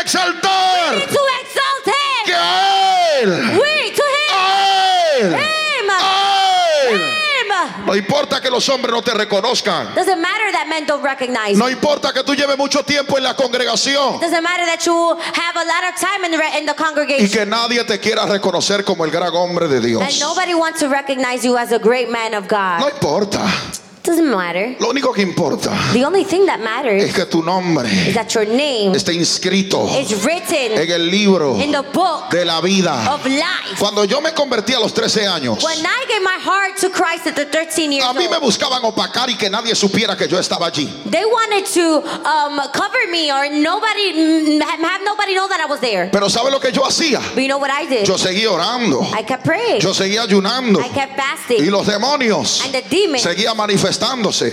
S1: exaltar,
S2: to exalt
S1: que
S2: him.
S1: a Él,
S2: We to him,
S1: a Él,
S2: him,
S1: Oh. a Él.
S2: him.
S1: No importa que los hombres no te reconozcan,
S2: Doesn't matter that men don't recognize
S1: no
S2: you.
S1: importa que tú lleves mucho tiempo en la congregación
S2: Doesn't matter that you have a lot of time in the, re- in the
S1: y
S2: congregation.
S1: que nadie te quiera reconocer como el gran hombre de
S2: And
S1: Dios.
S2: nobody wants to recognize you as a great man of
S1: No
S2: God.
S1: importa,
S2: Doesn't matter.
S1: lo único que importa
S2: The only thing that matters
S1: es que tu nombre
S2: is that your name
S1: esté inscrito
S2: is written
S1: en el libro
S2: in the book
S1: de la vida.
S2: of life.
S1: Cuando yo me convertí a los 13 años,
S2: When I gave my heart to Christ at the 13 years
S1: a mí me
S2: old,
S1: buscaban opacar y que nadie supiera que yo estaba allí.
S2: they wanted to um, cover me or nobody mm, ha- have nobody know that I was there.
S1: Pero ¿sabe lo que yo hacía?
S2: But you know what I did?
S1: Yo seguía orando,
S2: I kept praying.
S1: yo seguía ayunando
S2: I kept
S1: y
S2: fasting.
S1: los demonios
S2: And the demon
S1: seguían manifestándose.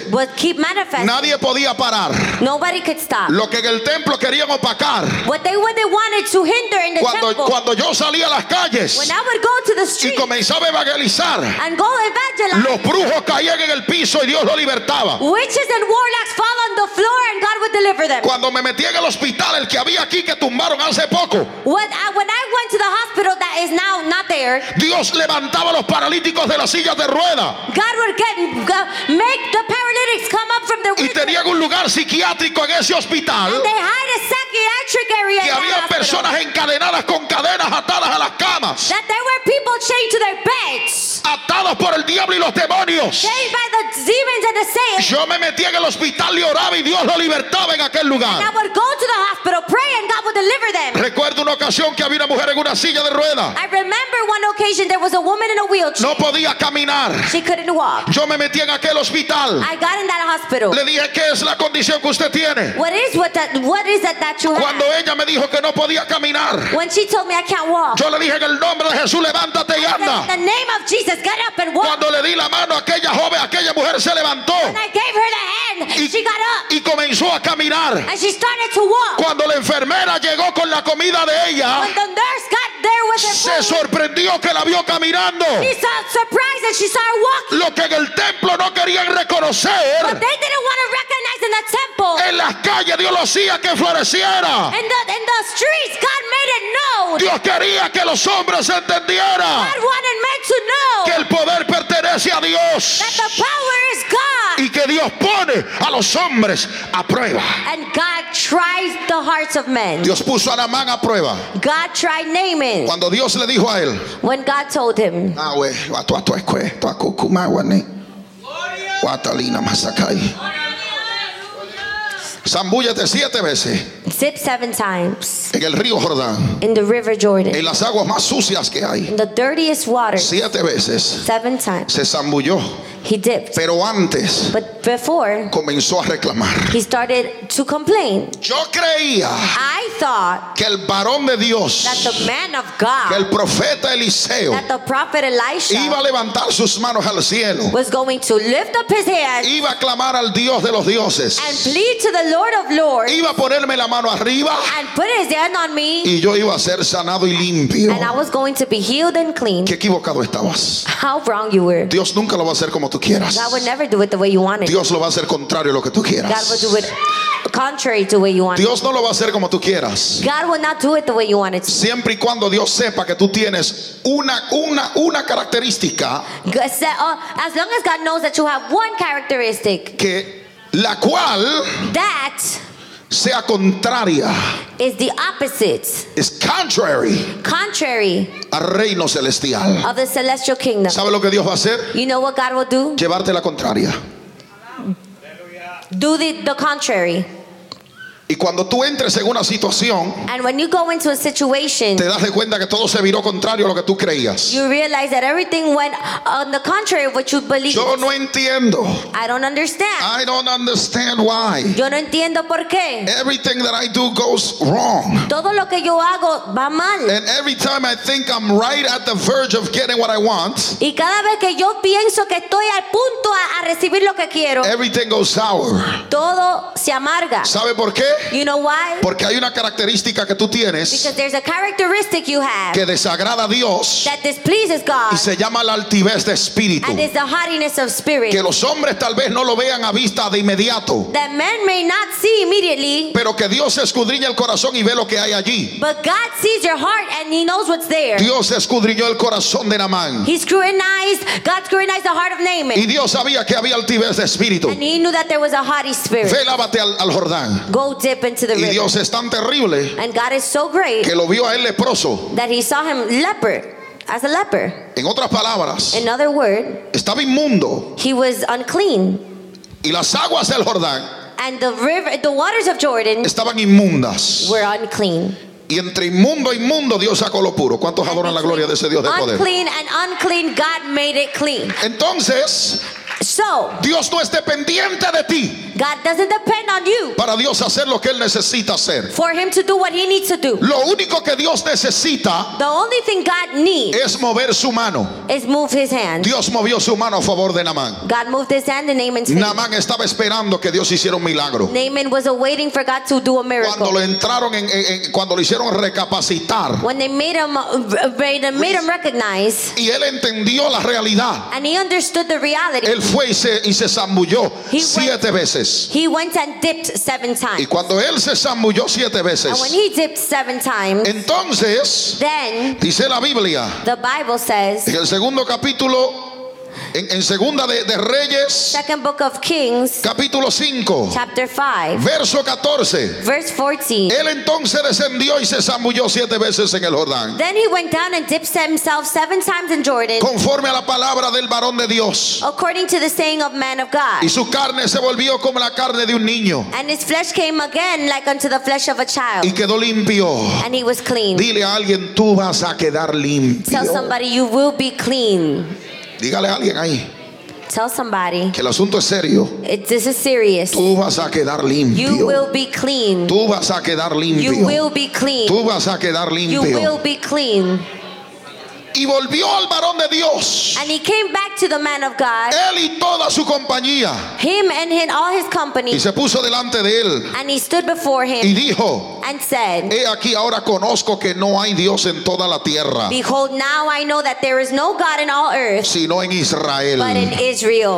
S2: would keep manifesting.
S1: Nadie podía parar.
S2: Nobody could stop.
S1: Lo que en el templo querían opacar.
S2: What they what they wanted to hinder in the
S1: Cuando,
S2: temple.
S1: cuando yo salía a las
S2: when
S1: calles
S2: I would go to the
S1: y
S2: street
S1: comenzaba a evangelizar,
S2: and go evangelize,
S1: los brujos caían en el piso y Dios los libertaba.
S2: witches and warlocks fall on the floor and God would deliver them.
S1: Cuando me metí en el hospital, el que había aquí que tumbaron hace poco,
S2: When I, when I went to the hospital that is now not there,
S1: Dios levantaba a los paralíticos de las sillas de rueda
S2: God would get go- make the paralytics come up from their
S1: y
S2: wheelchair.
S1: tenían un lugar psiquiátrico en ese hospital.
S2: They hide a psychiatric area
S1: Que
S2: in that
S1: había
S2: hospital.
S1: personas encadenadas con cadenas atadas a las camas,
S2: That there were people chained to their beds,
S1: atados por el diablo y los demonios.
S2: chained by the demons and the Satan.
S1: Yo me metí en el hospital y oraba y Dios lo libertaba en aquel
S2: And I
S1: lugar.
S2: would go to the hospital, pray, and God would deliver them.
S1: Recuerdo una ocasión que había una mujer en una silla de rueda.
S2: I remember one occasion there was a woman in a wheelchair.
S1: No podía caminar.
S2: She couldn't walk.
S1: Yo me metí en aquel hospital.
S2: I got in that hospital.
S1: Le dije, ¿qué es la condición que usted tiene?
S2: What is what that? What is that that you
S1: Cuando
S2: have?
S1: ella me dijo que no podía caminar,
S2: When she told me I can't walk,
S1: yo le dije en el nombre de Jesús, levántate y
S2: I said,
S1: anda.
S2: in the name of Jesus, get up and walk.
S1: Cuando le di la mano a aquella joven, aquella mujer se levantó
S2: And I gave her the hand.
S1: y,
S2: and She got up
S1: y comenzó a caminar.
S2: and she started to walk.
S1: Cuando la enfermera llegó con la comida de
S2: When
S1: ella,
S2: the nurse got there with her
S1: se
S2: food,
S1: sorprendió que la vio caminando.
S2: she saw surprised and she started walking.
S1: Lo que en el templo no querían
S2: But
S1: reconocer,
S2: they didn't want to recognize in the temple,
S1: en las calles Dios lo hacía que floreciera.
S2: in the in the streets, God made it known.
S1: Dios quería que los hombres entendieran
S2: God wanted men to know
S1: que el poder pertenece a Dios
S2: that the power is God.
S1: y que Dios pone a los hombres a prueba.
S2: And God tries the hearts of men.
S1: Dios puso a Namán a prueba.
S2: God tried Naaman
S1: Cuando Dios le dijo a él,
S2: when God told him,
S1: "Ah, güey, a tu- a tu escue, tu a cucumaguané, guatalina masacay". Zambúllate siete veces
S2: Zip seven times
S1: en el río Jordán,
S2: in the river Jordan,
S1: en las aguas más sucias que hay.
S2: in the dirtiest water,
S1: Siete veces
S2: seven times.
S1: se zambulló,
S2: He dipped.
S1: pero antes
S2: But before,
S1: comenzó a reclamar.
S2: he started to complain.
S1: Yo creía
S2: I thought
S1: que el varón de
S2: that
S1: Dios,
S2: the man of
S1: que
S2: God,
S1: el profeta Eliseo
S2: that the prophet
S1: iba a
S2: Elisha
S1: levantar sus manos al cielo,
S2: was going to lift up his hand
S1: iba a clamar al Dios de los dioses,
S2: and plead to the Lord of Lords
S1: iba a ponerme la mano arriba
S2: and put his hand on me,
S1: y yo iba a ser sanado y limpio.
S2: and I was going to be healed and clean.
S1: Qué equivocado estabas.
S2: How wrong you were.
S1: Dios nunca lo va a hacer como tú quieras.
S2: God would never do it the way you want it.
S1: Dios lo va a hacer contrario a lo que tú
S2: God will
S1: quieras.
S2: do it contrary to the way you want it.
S1: Dios no lo va a hacer como tú quieras.
S2: God will not do it the way you want it. to.
S1: Siempre y cuando Dios sepa que tú tienes una, una, una característica
S2: God said, uh, As long as God knows that you have one characteristic,
S1: que la cual
S2: that
S1: sea contraria
S2: is the opposite,
S1: es contrary
S2: contrary
S1: al reino celestial.
S2: of the celestial kingdom.
S1: ¿Sabe lo que Dios va a hacer?
S2: You know what God will do?
S1: Llevarte la contraria.
S2: Do the, the contrary.
S1: Y cuando tú entres en una situación,
S2: And when you go into a situation,
S1: te das de cuenta que todo se viró contrario a lo que tú creías.
S2: you realize that everything went on the contrary of what you believed.
S1: Yo no entiendo.
S2: I don't understand.
S1: I don't understand why.
S2: Yo no entiendo por qué.
S1: Everything that I do goes wrong.
S2: Todo lo que yo hago va mal.
S1: And every time I think I'm right at the verge of getting what I want,
S2: Y cada vez que yo pienso que estoy al punto a, a recibir lo que quiero,
S1: everything goes sour.
S2: todo se amarga.
S1: ¿Sabe por qué?
S2: You know why?
S1: Porque hay una característica que tú tienes
S2: Because there's a characteristic you have
S1: que desagrada a Dios
S2: that displeases God,
S1: y se llama la altivez de espíritu.
S2: and it's the haughtiness of spirit
S1: Que los hombres tal vez no lo vean a vista de inmediato,
S2: that men may not see immediately,
S1: pero que Dios escudriña el corazón y ve lo que hay allí.
S2: but God sees your heart and He knows what's there.
S1: Dios escudriñó el corazón de Namán
S2: He scrutinized, God scrutinized the heart of
S1: y
S2: Naaman,
S1: Dios sabía que había altivez de espíritu.
S2: and He knew that there was a haughty spirit.
S1: Ve, lávate al, al Jordán.
S2: Go dip into the
S1: Y
S2: river.
S1: Dios es tan terrible
S2: And God is so great
S1: que lo vio a él leproso.
S2: that He saw him leper, as a leper.
S1: En otras palabras,
S2: In other words,
S1: estaba inmundo
S2: he was unclean
S1: y las aguas del Jordán
S2: and the river the waters of jordan
S1: estaban inmundas.
S2: were unclean
S1: Y entre inmundo e inmundo Dios sacó lo puro. ¿Cuántos adoran la gloria de ese Dios de poder?
S2: unclean and unclean god made it clean
S1: Entonces,
S2: so
S1: Dios no es dependiente de ti
S2: god doesn't depend on you
S1: para Dios hacer lo que Él necesita hacer.
S2: for him to do what he needs to do
S1: Lo único que Dios necesita
S2: the only thing god needs
S1: es mover su mano.
S2: is move his hand
S1: Dios movió su mano a favor de Namán.
S2: god moved his hand and naaman's hand
S1: Namán estaba esperando que Dios hiciera un milagro.
S2: naaman was awaiting for god to do a
S1: Cuando
S2: miracle
S1: lo entraron, en, en- en- cuando lo hicieron recapacitar
S2: when they made him uh, made him made him recognize
S1: y él entendió la realidad,
S2: and he understood the reality
S1: él fue y se, y se zambulló
S2: He
S1: siete veces.
S2: he went and dipped seven
S1: Y
S2: times
S1: cuando él se zambulló siete
S2: and when
S1: veces,
S2: he dipped seven times
S1: entonces
S2: then
S1: dice la Biblia
S2: The Bible says,
S1: En el segundo capítulo, en, en segunda de, de Reyes,
S2: second book of Kings,
S1: capítulo 5,
S2: chapter 5,
S1: verso 14.
S2: verse 14.
S1: Él entonces descendió y se zambulló siete veces en el Jordán,
S2: Then he went down and dipped himself seven times in Jordan,
S1: conforme a la palabra del varón de Dios.
S2: according to the saying of man of God.
S1: Y su carne se volvió como la carne de un niño
S2: And his flesh came again like unto the flesh of a
S1: y
S2: child,
S1: quedó limpio.
S2: and he was clean.
S1: Dile a alguien, tú vas a quedar limpio.
S2: Tell somebody you will be clean.
S1: Dígale a alguien ahí
S2: Tell somebody
S1: que el asunto es serio.
S2: it, this is serious.
S1: Tú vas a quedar
S2: You
S1: limpio.
S2: will be clean.
S1: Tú vas a quedar
S2: You
S1: limpio.
S2: will be clean.
S1: Tú vas a quedar
S2: You
S1: limpio.
S2: will be clean.
S1: y volvió al varón de Dios,
S2: And he came back to the man of God,
S1: él y toda su compañía,
S2: him and him, all his company,
S1: y se puso delante de él
S2: and he stood before him.
S1: y dijo,
S2: and said,
S1: he aquí ahora conozco que no hay Dios en toda la tierra,
S2: Behold, now I know that there is no God in all earth
S1: sino en
S2: but in
S1: Israel.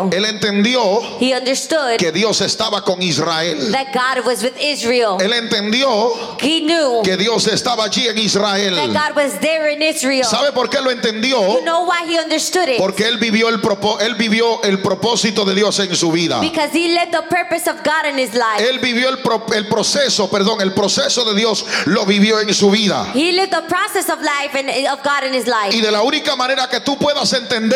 S2: Israel.
S1: Él entendió
S2: He understood
S1: que Dios estaba con Israel.
S2: that God was with Israel.
S1: Él entendió
S2: He knew
S1: que Dios estaba allí en
S2: that
S1: Israel.
S2: God was there in Israel.
S1: ¿Sabe por qué lo entendió?
S2: You know why he understood it?
S1: Porque él vivió el, propo- él vivió el propósito de Dios en su vida.
S2: Because he led the purpose of God in his life.
S1: Él vivió el, pro- el proceso, perdón, el proceso de Dios lo vivió en su vida.
S2: He lived the process of life and of God in his life.
S1: Y de la única manera que tú puedas entender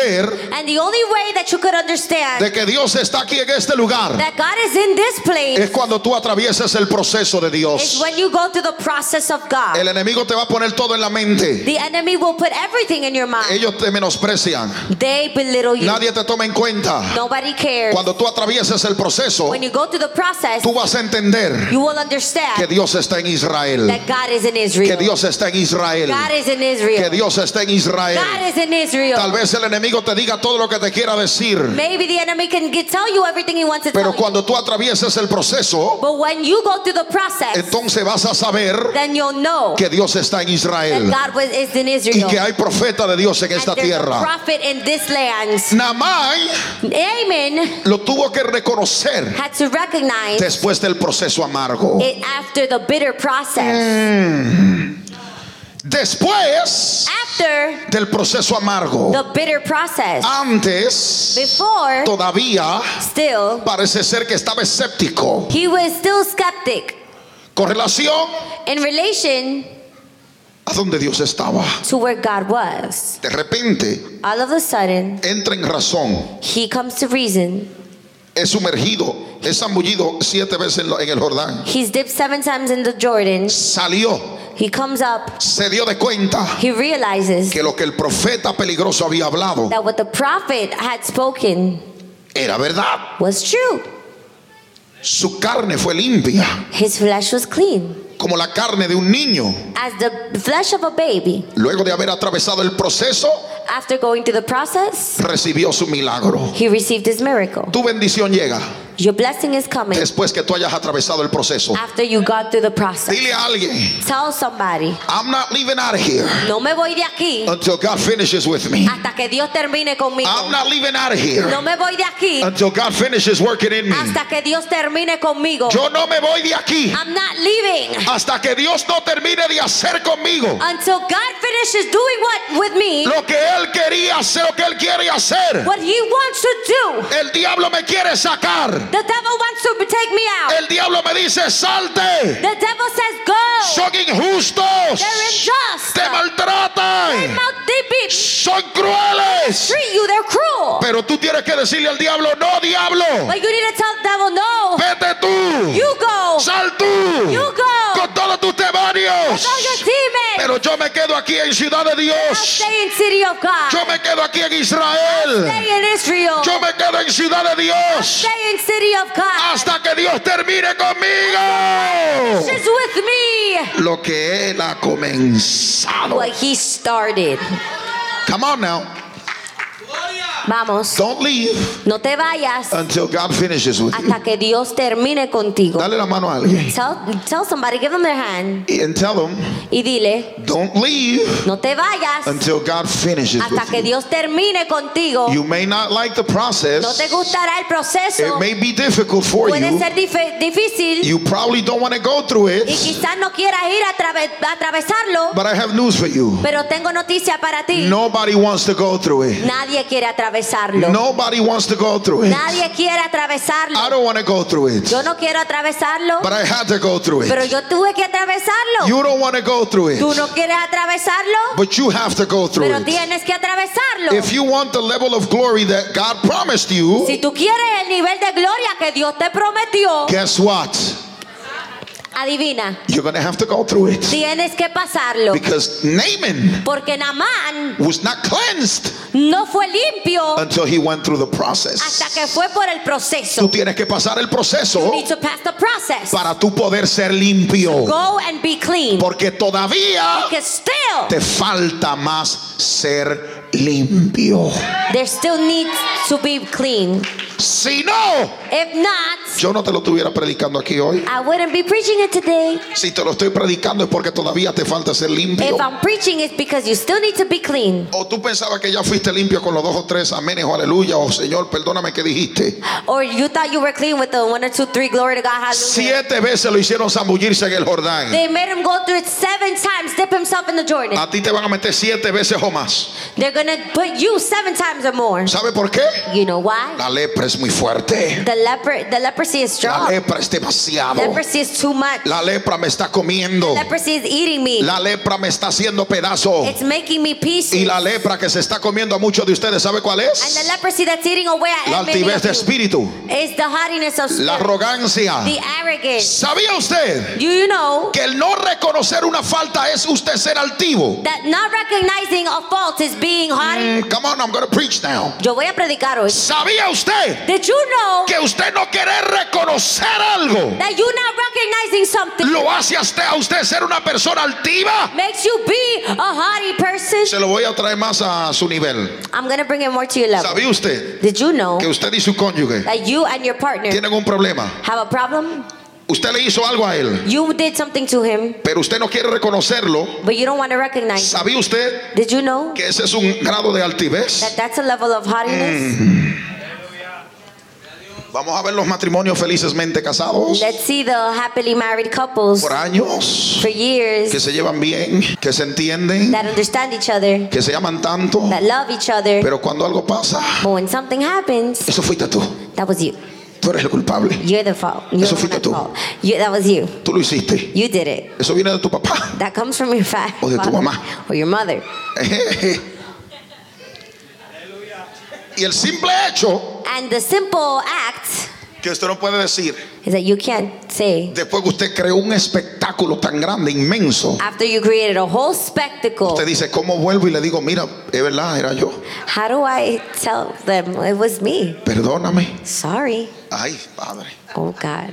S2: And the only way that you could
S1: de
S2: understand
S1: que Dios está aquí en este lugar
S2: that God is in this
S1: es
S2: place
S1: cuando tú atravieses el proceso de
S2: is
S1: Dios.
S2: when you go through the process of God.
S1: El enemigo te va a poner todo en la mente.
S2: The enemy will put everything in your mind.
S1: Ellos te menosprecian.
S2: They belittle you.
S1: Nadie te toma en cuenta.
S2: Nobody cares.
S1: Cuando tú atravieses el proceso,
S2: When you go through the process,
S1: tú vas a entender
S2: you will
S1: que
S2: understand
S1: Dios está en Israel.
S2: that God is in
S1: Que
S2: Israel.
S1: Dios está en Israel.
S2: God is in
S1: Que
S2: Israel.
S1: Dios está en Israel.
S2: God is in Israel.
S1: Tal vez el enemigo te diga todo lo que te quiera decir.
S2: Maybe the enemy can get, tell you everything he wants to
S1: Pero
S2: tell you.
S1: cuando tú atravieses el proceso,
S2: But when you go through the process,
S1: entonces vas a saber
S2: then you'll know
S1: que Dios está en
S2: that
S1: Israel
S2: God was, is in
S1: y
S2: Israel.
S1: que hay profeta de Dios en
S2: And
S1: esta
S2: there's a
S1: tierra.
S2: prophet in this land.
S1: Namán
S2: Amen
S1: lo tuvo que reconocer
S2: had to recognize
S1: después del proceso amargo.
S2: it after the bitter process.
S1: Después
S2: After
S1: del proceso amargo.
S2: the bitter process.
S1: Ah, Antes
S2: Before,
S1: todavía
S2: still,
S1: parece ser que estaba escéptico
S2: he was still skeptic
S1: con relación
S2: in relation
S1: a donde Dios estaba.
S2: to where God was.
S1: De repente
S2: All of a sudden,
S1: entra en razón
S2: he comes to reason
S1: es sumergido, es zambullido siete veces en lo- en el Jordán.
S2: He's dipped seven times in the Jordan.
S1: Salió,
S2: He comes up.
S1: se dio de cuenta
S2: He realizes
S1: que lo que el profeta peligroso había hablado
S2: that what the prophet had spoken
S1: era verdad.
S2: was true.
S1: Su carne fue limpia,
S2: His flesh was clean,
S1: como la carne de un niño.
S2: as the flesh of a baby.
S1: Luego de haber atravesado el proceso,
S2: After going through the process,
S1: recibió su milagro.
S2: he received his miracle.
S1: Tu bendición llega
S2: Your blessing is coming
S1: después que tú hayas atravesado el proceso.
S2: after you got through the process.
S1: Dile a alguien,
S2: Tell somebody,
S1: I'm not leaving out of here
S2: no me voy de aquí
S1: until God finishes with me.
S2: hasta que Dios termine
S1: I'm
S2: conmigo.
S1: not leaving out of here
S2: No me voy de aquí
S1: until God finishes working in me.
S2: hasta que Dios termine conmigo.
S1: Yo no me voy de aquí
S2: I'm not leaving
S1: hasta que Dios no termine de hacer conmigo
S2: until God finishes doing what with me,
S1: lo que Él quería hacer, lo que Él quiere hacer.
S2: what He wants to do.
S1: El diablo me quiere sacar.
S2: The devil wants to take me out.
S1: El diablo me dice, salte.
S2: The devil says, Go!
S1: Son injustos.
S2: They're unjust.
S1: Te
S2: They
S1: maltratan.
S2: mouth deep
S1: Son crueles.
S2: treat you, they're cruel.
S1: Pero tú tienes que decirle al diablo, no diablo.
S2: But you need to tell the devil, No!
S1: Vete tú.
S2: You go!
S1: Sal tú.
S2: You go!
S1: Con todos tus
S2: With all your
S1: demonios.
S2: demons!
S1: Pero yo me quedo aquí en Ciudad de
S2: Now
S1: Dios.
S2: stay in city of God.
S1: Yo me quedo aquí en Israel.
S2: Stay in Israel.
S1: Yo me quedo en Ciudad de Dios.
S2: Stay in city of God.
S1: Hasta que Dios termine conmigo.
S2: Just with me.
S1: Lo que Él ha comenzado.
S2: What he started.
S1: Come on now.
S2: Vamos.
S1: Don't leave
S2: No te vayas
S1: until God finishes with you.
S2: hasta que Dios termine contigo.
S1: Dale la mano a alguien.
S2: Tell, tell somebody, give them their hand
S1: And tell them,
S2: y dile,
S1: don't leave
S2: no te vayas
S1: until God finishes
S2: hasta
S1: with
S2: que
S1: you.
S2: Dios termine contigo.
S1: You may not like the
S2: No te
S1: process.
S2: gustará el proceso.
S1: It may be difficult for
S2: Puede
S1: you.
S2: ser dife- difícil.
S1: You probably don't want to go through
S2: y
S1: it.
S2: quizás no quieras ir a, trave- a atravesarlo,
S1: But I have news for you.
S2: pero tengo noticia para ti.
S1: Nobody wants to go through it.
S2: Nadie quiere atravesarlo.
S1: Nobody wants to go through it.
S2: Nadie quiere atravesarlo.
S1: I don't want to go through it.
S2: Yo no quiero atravesarlo,
S1: But I had to go through
S2: pero
S1: it.
S2: yo tuve que atravesarlo.
S1: You don't want to go through
S2: Tú no
S1: it.
S2: quieres atravesarlo,
S1: But you have to go through
S2: pero
S1: it.
S2: tienes que atravesarlo.
S1: If you want the level of glory that God promised you,
S2: si tú quieres el nivel de gloria que Dios te prometió,
S1: guess what?
S2: adivina,
S1: You're going to have to go through it.
S2: tienes que pasarlo.
S1: Because Naaman
S2: Porque Naamán
S1: was not cleansed
S2: no fue limpio
S1: until he went through the
S2: hasta
S1: process.
S2: que fue por el proceso.
S1: Tú tienes que pasar el proceso
S2: Need to pass the process.
S1: para tú poder ser limpio.
S2: Go and be clean.
S1: Porque todavía
S2: Because still,
S1: te falta más ser limpio.
S2: there still needs to be clean.
S1: Si no,
S2: If not,
S1: yo no te lo estuviera predicando aquí hoy.
S2: I wouldn't be preaching it today.
S1: Si te lo estoy predicando es porque todavía te falta ser limpio.
S2: If I'm preaching, it's because you still need to be clean.
S1: O tú pensabas que ya fuiste limpio con los dos o tres amenes o aleluya o Señor, perdóname que dijiste.
S2: Or you thought you were clean with the one or two, three, glory to God, hallelujah.
S1: Siete veces lo hicieron zambullirse en el Jordán.
S2: They made him go through it seven times, dip himself in the Jordan.
S1: A ti te van a meter siete veces o más.
S2: They're gonna put you seven times or more.
S1: ¿Sabe por qué?
S2: You know why?
S1: La lepra es muy fuerte.
S2: The leper, the leprosy is
S1: La
S2: strong.
S1: lepra es demasiado.
S2: Leprosy is too much.
S1: La lepra me está comiendo.
S2: Leprosy is eating me.
S1: La lepra me está haciendo pedazo.
S2: It's making me
S1: Y
S2: pieces.
S1: la lepra que se está comiendo a muchos de ustedes, ¿sabe cuál
S2: And the
S1: es?
S2: leprosy that's eating away at
S1: La
S2: many
S1: altivez
S2: of
S1: de
S2: you
S1: espíritu,
S2: is the haughtiness of
S1: la
S2: spirit,
S1: arrogancia.
S2: the arrogance.
S1: ¿Sabía usted
S2: Do you know
S1: que el no reconocer una falta es usted ser altivo?
S2: that not recognizing a fault is being haughty?
S1: Mm, Come on, I'm gonna preach now.
S2: Yo voy a predicar hoy.
S1: ¿Sabía usted
S2: Did you know
S1: que usted no querer reconocer algo
S2: that you not recognizing something
S1: lo hace a usted, a usted ser una persona altiva?
S2: makes you be a haughty person?
S1: Se lo voy a traer más a su nivel.
S2: I'm gonna bring it more to your level.
S1: ¿Sabía usted
S2: Did you know
S1: que usted y su cónyuge
S2: that you and your partner
S1: tienen un problema?
S2: have a problem?
S1: Usted le hizo algo a él,
S2: You did something to him,
S1: pero usted no quiere reconocerlo.
S2: but you don't want to recognize.
S1: ¿Sabía usted
S2: it. Did you know
S1: que ese es un grado de altivez.
S2: that that's a level of
S1: Mm.
S2: haughtiness?
S1: Vamos a ver los matrimonios felicesmente casados
S2: Let's see the happily married couples
S1: por años,
S2: for years
S1: que se llevan bien, que se entienden,
S2: that understand each other,
S1: que se aman tanto,
S2: that love each other.
S1: pero cuando algo pasa,
S2: But when something happens,
S1: eso fuiste tú,
S2: that was you.
S1: tú eres el culpable,
S2: You're the fault. You're
S1: Eso
S2: the one
S1: fuiste
S2: at
S1: tú.
S2: fault. You, that was you.
S1: tú lo hiciste,
S2: You did it.
S1: eso viene de tu papá.
S2: That comes from your fa-
S1: O de tu
S2: father
S1: mamá.
S2: or your mother.
S1: Y el simple hecho
S2: And the simple act
S1: que usted no puede decir,
S2: is that you can't say,
S1: después que usted creó un espectáculo tan grande, inmenso,
S2: after you created a whole spectacle,
S1: usted dice, ¿cómo vuelvo? Y le digo, mira, es verdad, era yo.
S2: how do I tell them it was me?
S1: Perdóname.
S2: Sorry.
S1: Ay, padre.
S2: Oh, God.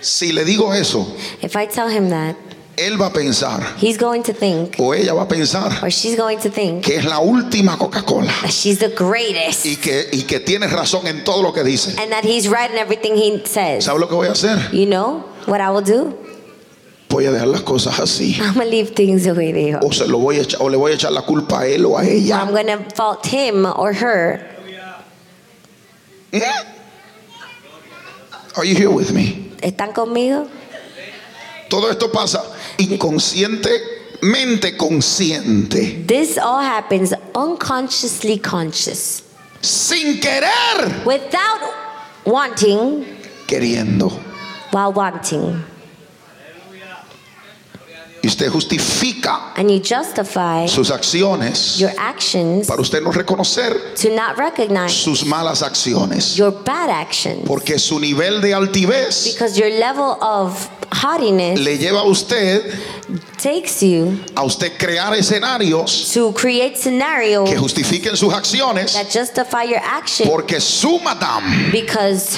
S1: Si le digo eso,
S2: If I tell him that,
S1: él va a pensar,
S2: he's going to think,
S1: o ella va a pensar,
S2: or she's going to think,
S1: que es la última Coca-Cola
S2: that she's the greatest
S1: y que, y que tiene razón en todo lo que dice.
S2: and that he's right in everything he says.
S1: ¿Sabe lo que voy a hacer?
S2: You know what I will do?
S1: Voy a dejar las cosas así.
S2: I'm going to leave things the way they are.
S1: O, se lo voy a echar- o le voy a echar la culpa a él o a ella.
S2: I'm going to fault him or her.
S1: ¿Mm? Are you here with me?
S2: ¿Están conmigo?
S1: Todo esto pasa inconscientemente consciente.
S2: This all happens unconsciously conscious.
S1: Sin querer,
S2: Without wanting,
S1: queriendo.
S2: while wanting.
S1: Y usted justifica
S2: And you justify
S1: sus acciones
S2: your actions
S1: para usted no reconocer
S2: to not recognize
S1: sus malas acciones.
S2: your bad actions.
S1: Porque su nivel de altivez
S2: Because your level of haughtiness
S1: le lleva a usted
S2: takes you
S1: a usted crear escenarios
S2: to create
S1: que
S2: scenarios
S1: justifiquen sus acciones
S2: that justify your action
S1: porque su madame,
S2: because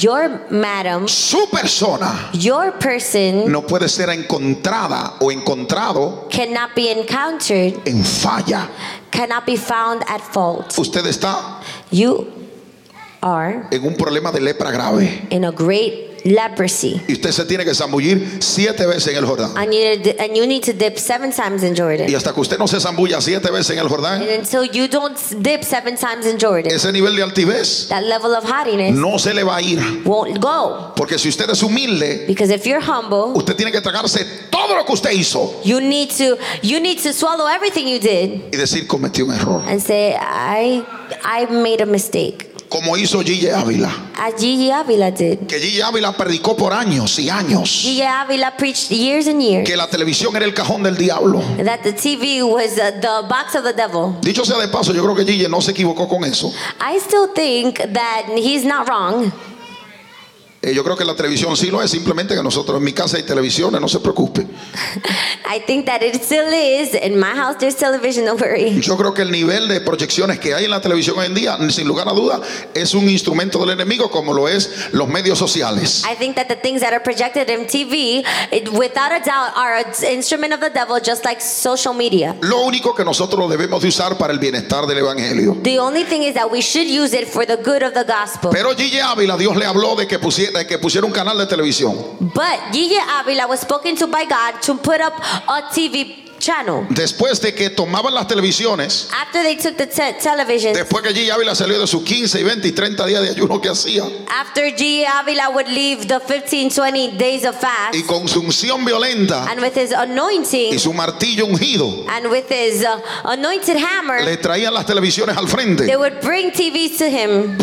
S2: your madam,
S1: su persona
S2: your person
S1: no puede ser encontrada o encontrado
S2: cannot be encountered,
S1: en falla.
S2: cannot be found at fault.
S1: Usted está
S2: You are
S1: en un problema de lepra grave.
S2: in a great leprosy.
S1: Y usted se tiene que zambullir siete veces en el Jordán.
S2: And you, and you need to dip seven times in Jordan.
S1: Y hasta que usted no se zambulla siete veces en el Jordán,
S2: And until you don't dip seven times in Jordan,
S1: ese nivel de altivez
S2: that level of haughtiness
S1: no se le va a ir.
S2: won't go.
S1: Porque si usted es humilde,
S2: Because if you're humble,
S1: usted tiene que tragarse todo lo que usted hizo
S2: you need to you need to swallow everything you did
S1: y decir cometí un error.
S2: and say, I I made a mistake.
S1: Como hizo Gille Ávila.
S2: As Gigi Avila did.
S1: Que Gille Ávila predicó por años y años
S2: Gigi Avila preached years and years
S1: que la televisión era el cajón del diablo.
S2: that the TV was uh, the box of the devil.
S1: Dicho sea de paso, yo creo que Gille no se equivocó con eso.
S2: I still think that he's not wrong.
S1: Eh, yo creo que la televisión sí lo es, simplemente que nosotros en mi casa hay televisiones, no se preocupe.
S2: I think that it still is. In my house, there's television, don't worry.
S1: Yo creo que el nivel de proyecciones que hay en la televisión hoy en día, sin lugar a duda, es un instrumento del enemigo como lo es los medios sociales.
S2: I think that the things that are projected in TV, it, without a doubt, are an instrument of the devil, just like social media.
S1: Lo único que nosotros lo debemos de usar para el bienestar del evangelio.
S2: The only thing is that we should use it for the good of the gospel.
S1: Pero Gigi Ávila, Dios le habló de que pusiera, de que pusiera un canal de televisión.
S2: But Yeye Avila was spoken to by God to put up a TV channel.
S1: Después de que tomaban las televisiones,
S2: After they took the te- television,
S1: después que Gigi Ávila salió de sus 15 y 20 y 30 días de ayuno que hacía,
S2: after Yeye Avila would leave the 15, 20 days of
S1: y
S2: fast,
S1: con su unción violenta
S2: and with his anointing,
S1: y su martillo ungido,
S2: and with his uh, anointed hammer,
S1: le traían las televisiones al
S2: they
S1: frente
S2: would bring TVs to him,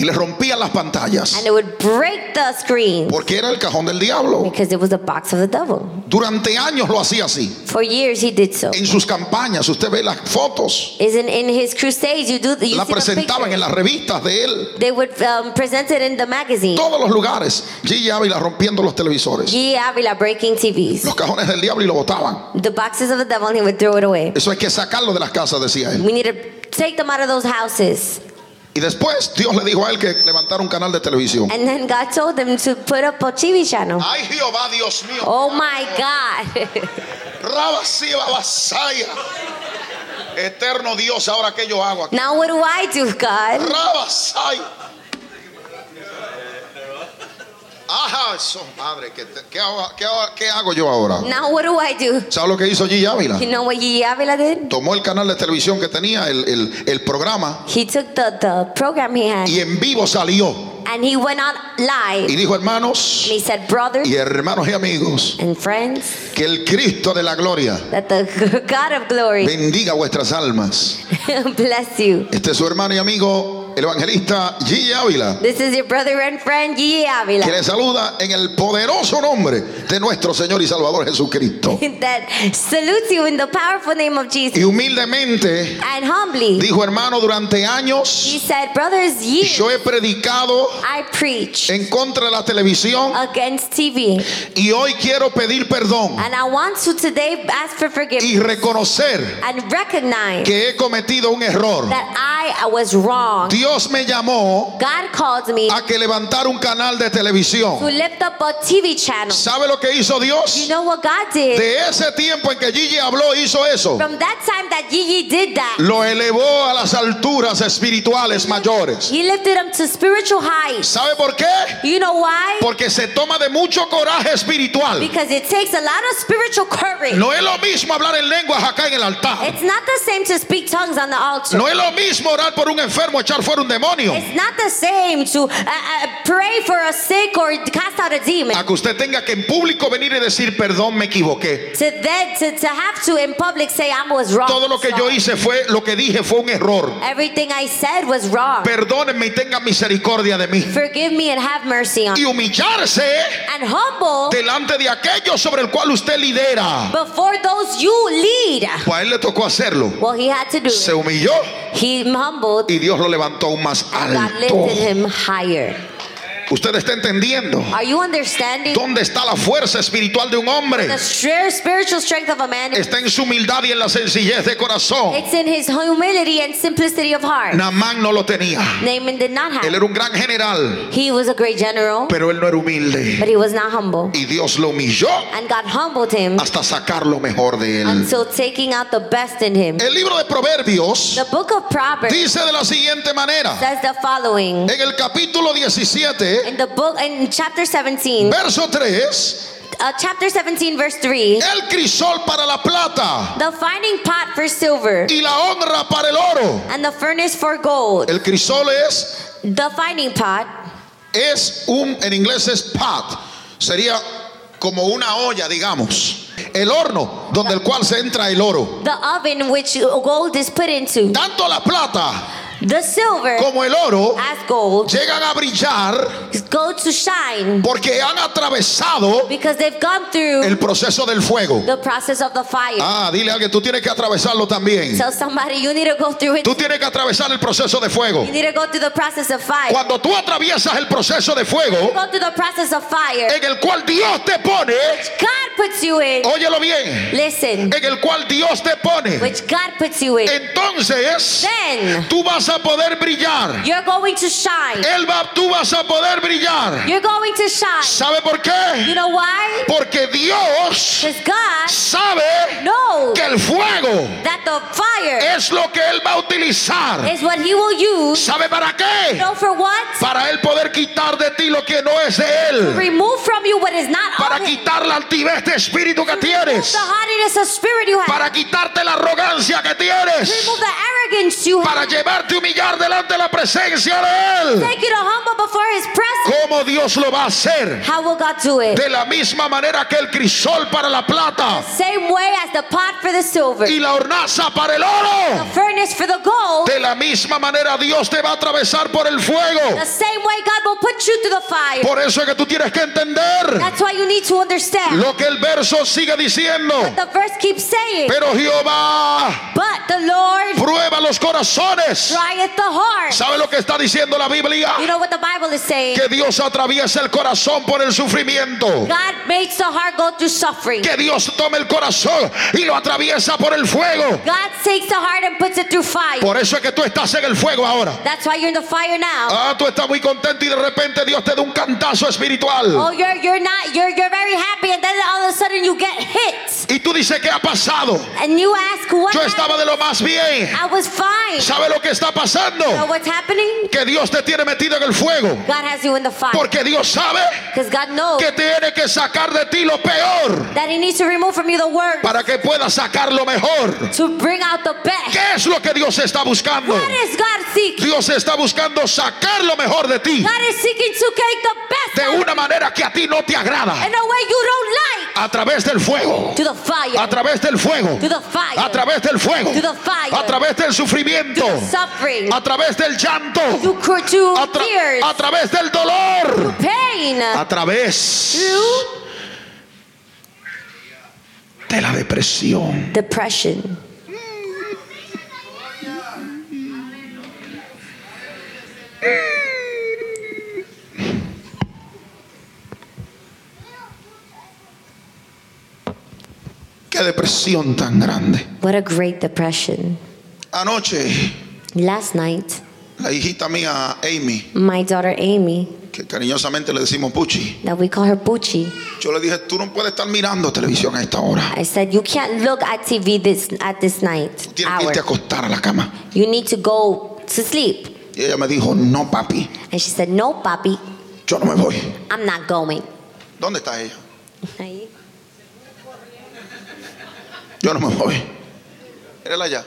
S1: y le rompían las pantallas,
S2: and it would break the screen.
S1: porque era el cajón del diablo.
S2: because it was the box of the devil.
S1: Durante años lo hacía así.
S2: For years he did so.
S1: En sus campañas, usted ve las fotos,
S2: Isn't in his crusades you do you
S1: la
S2: see the
S1: presentaban en
S2: picture.
S1: las revistas de él,
S2: They would um, present it in the magazine.
S1: todos los lugares. Gigi Ávila rompiendo los televisores,
S2: G. Avila breaking TVs,
S1: los cajones del diablo y lo botaban.
S2: the boxes of the devil, and he would throw it away.
S1: Eso hay que sacarlo de las casas, decía él.
S2: We need to take them out of those houses.
S1: Y después Dios le dijo a él que levantara un canal de televisión.
S2: And then God told them to put up a TV channel.
S1: Ay Jehová, Dios mío.
S2: Oh my God!
S1: Rabasiva vasaya. Eterno Dios, ahora que yo hago aquí.
S2: now what do I do, God?
S1: Rabasaya. Ajá, eso, madre, ¿qué, te- qué hago, qué hago- qué hago yo ahora?
S2: Now what do I do?
S1: ¿Sabes lo que hizo Gigi Ávila?
S2: You know what G. Avila did?
S1: Tomó el canal de televisión que tenía, el, el- el programa,
S2: He took the, the program he had
S1: y en vivo salió.
S2: and he went on live.
S1: Y dijo, hermanos
S2: And he said, brothers
S1: y hermanos y amigos,
S2: and friends,
S1: Que el Cristo de la gloria
S2: that the God of glory
S1: bendiga vuestras almas.
S2: bless you.
S1: Este es su hermano y amigo, el evangelista Gigi Ávila,
S2: This is your brother and friend, Gigi Avila.
S1: que le saluda en el poderoso nombre de nuestro Señor y Salvador Jesucristo.
S2: that salutes you in the powerful name of Jesus.
S1: Y humildemente
S2: And humbly,
S1: dijo, hermano, durante
S2: he
S1: años
S2: said, Brothers, ye,
S1: yo he predicado
S2: I preach
S1: en contra de la televisión
S2: Ah. against TV.
S1: y hoy quiero pedir perdón
S2: And I want to today ask for forgiveness
S1: y reconocer
S2: and recognize
S1: que he cometido un error.
S2: that I was wrong.
S1: Dios me llamó
S2: God called me
S1: a que levantara un canal de
S2: to
S1: televisión.
S2: lift up a TV channel.
S1: ¿Sabe lo que hizo
S2: You
S1: Dios?
S2: know what God did?
S1: De ese tiempo en que Gigi habló, hizo eso.
S2: From that time that Gigi did that,
S1: Lo elevó a las alturas espirituales mayores.
S2: he lifted him to spiritual heights.
S1: ¿Sabe por qué?
S2: You know why?
S1: Porque se toma de mucho coraje espiritual.
S2: Because it takes a lot of spiritual courage.
S1: No es lo mismo hablar en lenguas acá en el altar.
S2: It's not the same to speak tongues on the altar.
S1: No es lo mismo orar por un enfermo, echar fuera un demonio.
S2: It's not the same to uh, uh, pray for a sick or cast out a demon.
S1: A que usted tenga que en público venir y decir, perdón, me equivoqué.
S2: To then to, to have to in public say I was wrong.
S1: Todo lo que yo hice fue, lo que dije fue un error.
S2: Everything I said was wrong.
S1: Perdónenme y tengan misericordia de mí.
S2: Forgive me and have mercy on.
S1: Y
S2: me.
S1: humillarse
S2: And humble
S1: delante de aquello sobre el cual usted lidera.
S2: before those you lead.
S1: Pues a él le tocó hacerlo.
S2: Well, he had to do
S1: Se
S2: it.
S1: humilló
S2: He humbled.
S1: y Dios lo levantó aún más
S2: God
S1: alto.
S2: lifted him higher.
S1: Usted está entendiendo
S2: Are you understanding?
S1: dónde está la fuerza espiritual de un hombre.
S2: The str- spiritual strength of a man.
S1: Está en su humildad y en la sencillez de corazón.
S2: It's in his humility and simplicity of heart.
S1: Namán no lo tenía.
S2: Naaman did not have.
S1: Él
S2: it.
S1: era un gran general,
S2: He was a great general,
S1: pero él no era humilde.
S2: but he was not humble.
S1: Y Dios lo humilló
S2: And God humbled him
S1: hasta sacar lo mejor de él.
S2: until taking out the best in him.
S1: El libro de Proverbios
S2: The book of Proverbs
S1: dice de la siguiente manera.
S2: says the following.
S1: En el capítulo 17,
S2: In the book, in chapter 17,
S1: verso 3,
S2: uh, chapter 17, verse 3,
S1: el crisol para la plata
S2: the finding pot for silver
S1: y la honra para el oro.
S2: and the furnace for gold.
S1: El crisol es,
S2: The finding pot,
S1: es un, en inglés es pot, sería como una olla, digamos. El horno donde el cual se entra el oro.
S2: the oven which gold is put into,
S1: Tanto la plata
S2: the silver
S1: como el oro
S2: as gold
S1: llegan a brillar
S2: go to shine
S1: porque han atravesado
S2: because they've gone through
S1: el proceso del fuego.
S2: the process of the fire.
S1: Ah, dile a alguien, tú tienes que atravesarlo también.
S2: Tell somebody you need to go through it.
S1: Tú tienes que atravesar el proceso de fuego.
S2: You need to go through the process of fire.
S1: Cuando tú atraviesas el proceso de fuego
S2: Go through the process of fire.
S1: en el cual Dios te pone,
S2: God puts you in.
S1: óyelo bien,
S2: Listen,
S1: en el cual Dios te pone,
S2: which God puts you
S1: Eh.
S2: in.
S1: entonces
S2: Then
S1: tú vas a poder brillar.
S2: you're going to shine.
S1: Él va, tú vas a poder brillar.
S2: You're going to shine.
S1: ¿Sabe por qué?
S2: You know why?
S1: Porque Dios
S2: Because God
S1: sabe
S2: knows
S1: que el fuego
S2: that the fire
S1: es lo que Él va a utilizar.
S2: is what He will use.
S1: ¿Sabe para
S2: You
S1: qué?
S2: know for what?
S1: Para Él poder quitar de ti lo que no es de Él.
S2: Remove from you what is not
S1: Para
S2: of Him.
S1: quitar la altivez de espíritu que
S2: Remove
S1: tienes.
S2: the haughtiness of spirit you have.
S1: para quitarte la arrogancia que tienes,
S2: Remove the arrogance you have.
S1: para llevarte a humillar delante de la presencia de Él.
S2: Take you to humble before His presence.
S1: ¿Cómo Dios lo va a hacer?
S2: How will God do it?
S1: De la misma manera que el crisol para la plata
S2: Same way as the pot for the silver,
S1: y la hornaza para el
S2: the
S1: oro.
S2: furnace for the gold.
S1: De la misma manera Dios te va a atravesar por el fuego.
S2: The same way God will put you through the fire.
S1: Por eso es que tú tienes que entender
S2: That's why you need to understand.
S1: lo que el verso sigue diciendo.
S2: The verse keeps saying,
S1: Pero Jehová
S2: but the Lord
S1: prueba los corazones.
S2: trieth the heart.
S1: ¿Sabe lo que está diciendo la Biblia?
S2: You know what the Bible is saying?
S1: Que Dios atraviesa el corazón por el sufrimiento.
S2: God makes the heart go through suffering.
S1: Que Dios tome el corazón y lo atraviesa por el fuego.
S2: God takes the heart and puts it through fire.
S1: Por eso es que tú estás en el fuego ahora.
S2: That's why you're in the fire now.
S1: Ah, tú estás muy contento y de repente Dios te da un cantazo espiritual.
S2: Oh, you're you're not you're you're very happy, and then all of a sudden you get hit,
S1: Y tú dices, ¿qué ha pasado?
S2: and you ask what?
S1: Yo estaba de lo más bien.
S2: happened? I was fine.
S1: ¿Sabe lo que está
S2: So
S1: pasando?
S2: what's happening?
S1: Que Dios te tiene metido en el fuego.
S2: God has you in the fire.
S1: Porque Dios sabe
S2: Because God knows
S1: que tiene que sacar de ti lo peor
S2: that He needs to remove from you the word
S1: para que puedas sacar lo mejor.
S2: to bring out the best.
S1: ¿Qué es lo que Dios está buscando?
S2: What is God
S1: Dios está buscando sacar lo mejor de ti
S2: God is seeking to take the best
S1: de una manera que a ti no te agrada.
S2: in a way you don't like.
S1: A través del fuego.
S2: To the fire.
S1: A través del fuego.
S2: To the fire.
S1: A través del fuego.
S2: To the fire.
S1: A través del sufrimiento.
S2: To the suffering.
S1: A través del llanto.
S2: To, cr- to
S1: A, tra-
S2: tears.
S1: a través del dolor.
S2: pain.
S1: A través
S2: to
S1: de la depresión.
S2: depression.
S1: Qué depresión tan grande.
S2: What a great depression.
S1: Anoche
S2: Last night,
S1: la hijita mía Amy,
S2: my daughter Amy,
S1: que cariñosamente le decimos Puchi,
S2: that we call her Pucci,
S1: yo le dije, tú no puedes estar mirando televisión a esta hora.
S2: I said, You can't look at TV this, at this night.
S1: Tienes que
S2: Hour.
S1: irte a acostar a la cama.
S2: You need to go to sleep.
S1: Y ella me dijo, no papi,
S2: And she said, No, papi,
S1: yo no me voy.
S2: I'm not going.
S1: ¿Dónde está ella? Yo no me voy. Mírala allá.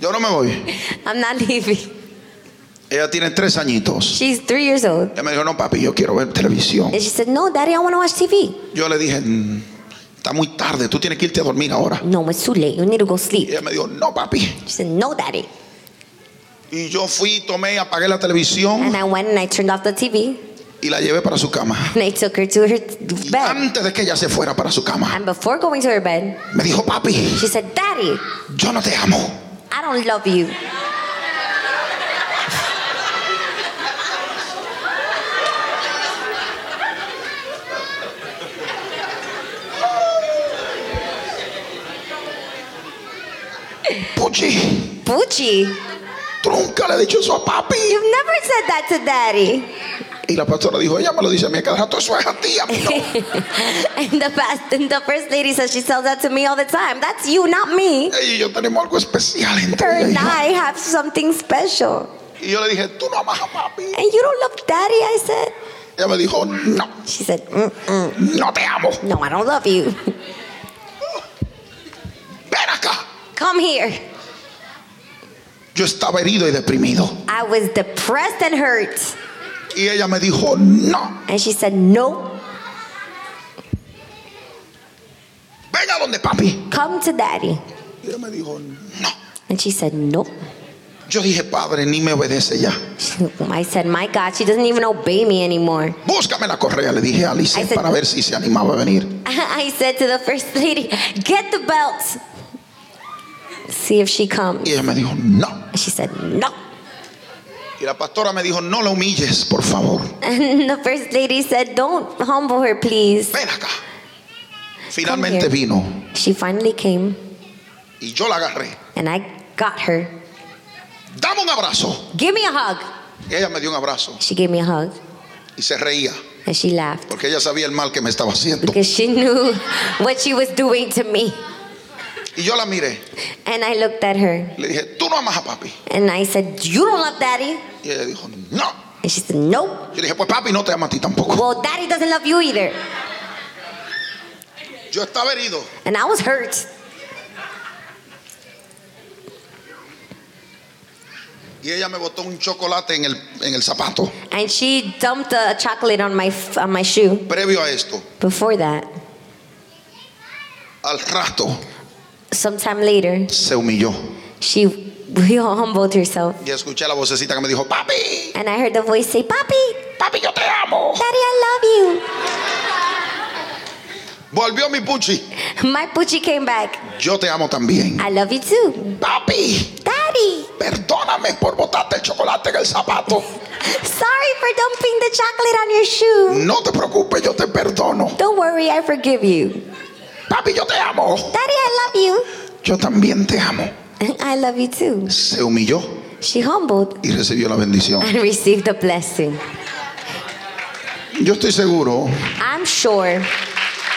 S1: Yo no me voy.
S2: I'm not leaving.
S1: Ella tiene tres añitos.
S2: She's three years old.
S1: Ella me dijo, no papi, yo quiero ver televisión.
S2: And she said, No, daddy, I want to watch TV.
S1: Yo le dije, "Mm, está muy tarde, tú tienes que irte a dormir ahora.
S2: No, it's too late. You need to go sleep.
S1: Y ella me dijo, no papi.
S2: She said, No, daddy.
S1: Y yo fui, tomé, apagué la televisión
S2: And I went and I turned off the TV
S1: y la llevé para su cama.
S2: and I took her to her
S1: Y
S2: bed.
S1: antes de que ella se fuera para su cama,
S2: And before going to her bed,
S1: me dijo, papi,
S2: she said, Daddy,
S1: yo no te amo.
S2: I don't love you.
S1: Puchi,
S2: Pucci,
S1: tú nunca le he dicho eso a papi.
S2: you've never said that to daddy.
S1: Y la pastora dijo, ella me lo dice a mí a cada rato, eso es a ti, a mí no".
S2: and the past, and the first lady says she tells that to me all the time. That's you, not me.
S1: Ella y yo tenemos algo especial
S2: Her
S1: entre
S2: and
S1: ella
S2: I have something special.
S1: y yo. Y yo le dije, tú no amas a papi.
S2: And you don't love daddy, I said.
S1: Ella me dijo, no,
S2: She said, Mm-mm,
S1: no te amo.
S2: No, I don't love you.
S1: Ven acá.
S2: Come here.
S1: Yo estaba herido y deprimido.
S2: I was depressed and hurt.
S1: Y ella me dijo, no,
S2: And she said, No,
S1: ven a donde papi.
S2: come to daddy.
S1: Y ella me dijo, no.
S2: And she said, No.
S1: Yo dije, padre, ni me obedece ya.
S2: I said, My God, she doesn't even obey me anymore.
S1: Búscame la correa, le dije a Alicia,
S2: I said-
S1: para ver si se animaba a venir.
S2: I said to the first lady, Get the belt. See if she comes.
S1: Y ella me dijo, no.
S2: And she said, No.
S1: Y la pastora me dijo, no la humilles, por favor.
S2: And the first lady said, Don't humble her, please.
S1: Ven acá. Finalmente
S2: here.
S1: vino
S2: She finally came
S1: y yo la agarré.
S2: and I got her.
S1: Dame un abrazo.
S2: Give me a hug.
S1: Y ella me dio un abrazo
S2: She gave me a hug
S1: y se reía
S2: and she laughed
S1: porque ella sabía el mal que me estaba haciendo.
S2: because she knew what she was doing to me.
S1: Y yo la miré.
S2: And I looked at her
S1: Le dije, tú no amas a papi.
S2: and I said, You don't love daddy?
S1: Y ella dijo, no.
S2: And she said, Nope.
S1: Yo le dije, pues papi no te ama a ti tampoco.
S2: Well, daddy doesn't love you either.
S1: Yo estaba herido.
S2: And I was hurt.
S1: Y ella me botó un chocolate en el, en el zapato.
S2: And she dumped a chocolate on my on my shoe.
S1: Previo a esto,
S2: Before that,
S1: al rato,
S2: sometime later,
S1: se humilló.
S2: she humbled herself.
S1: Y escuché la vocecita que me dijo, papi,
S2: And I heard the voice say, Papi,
S1: papi, yo te amo.
S2: Daddy, I love
S1: Volvió mi puchi.
S2: you. My Pucci came back.
S1: Yo te amo también.
S2: I love you too.
S1: Papi,
S2: Daddy,
S1: perdóname por botarte el chocolate en el zapato.
S2: sorry for dumping the chocolate on your shoe.
S1: No te preocupes, yo te perdono.
S2: Don't worry, I forgive you.
S1: Papi, yo te amo.
S2: Daddy, I love you.
S1: Yo también te amo.
S2: And I love you too.
S1: Se humilló
S2: She humbled
S1: y recibió la bendición.
S2: and received a blessing.
S1: Yo estoy seguro
S2: I'm sure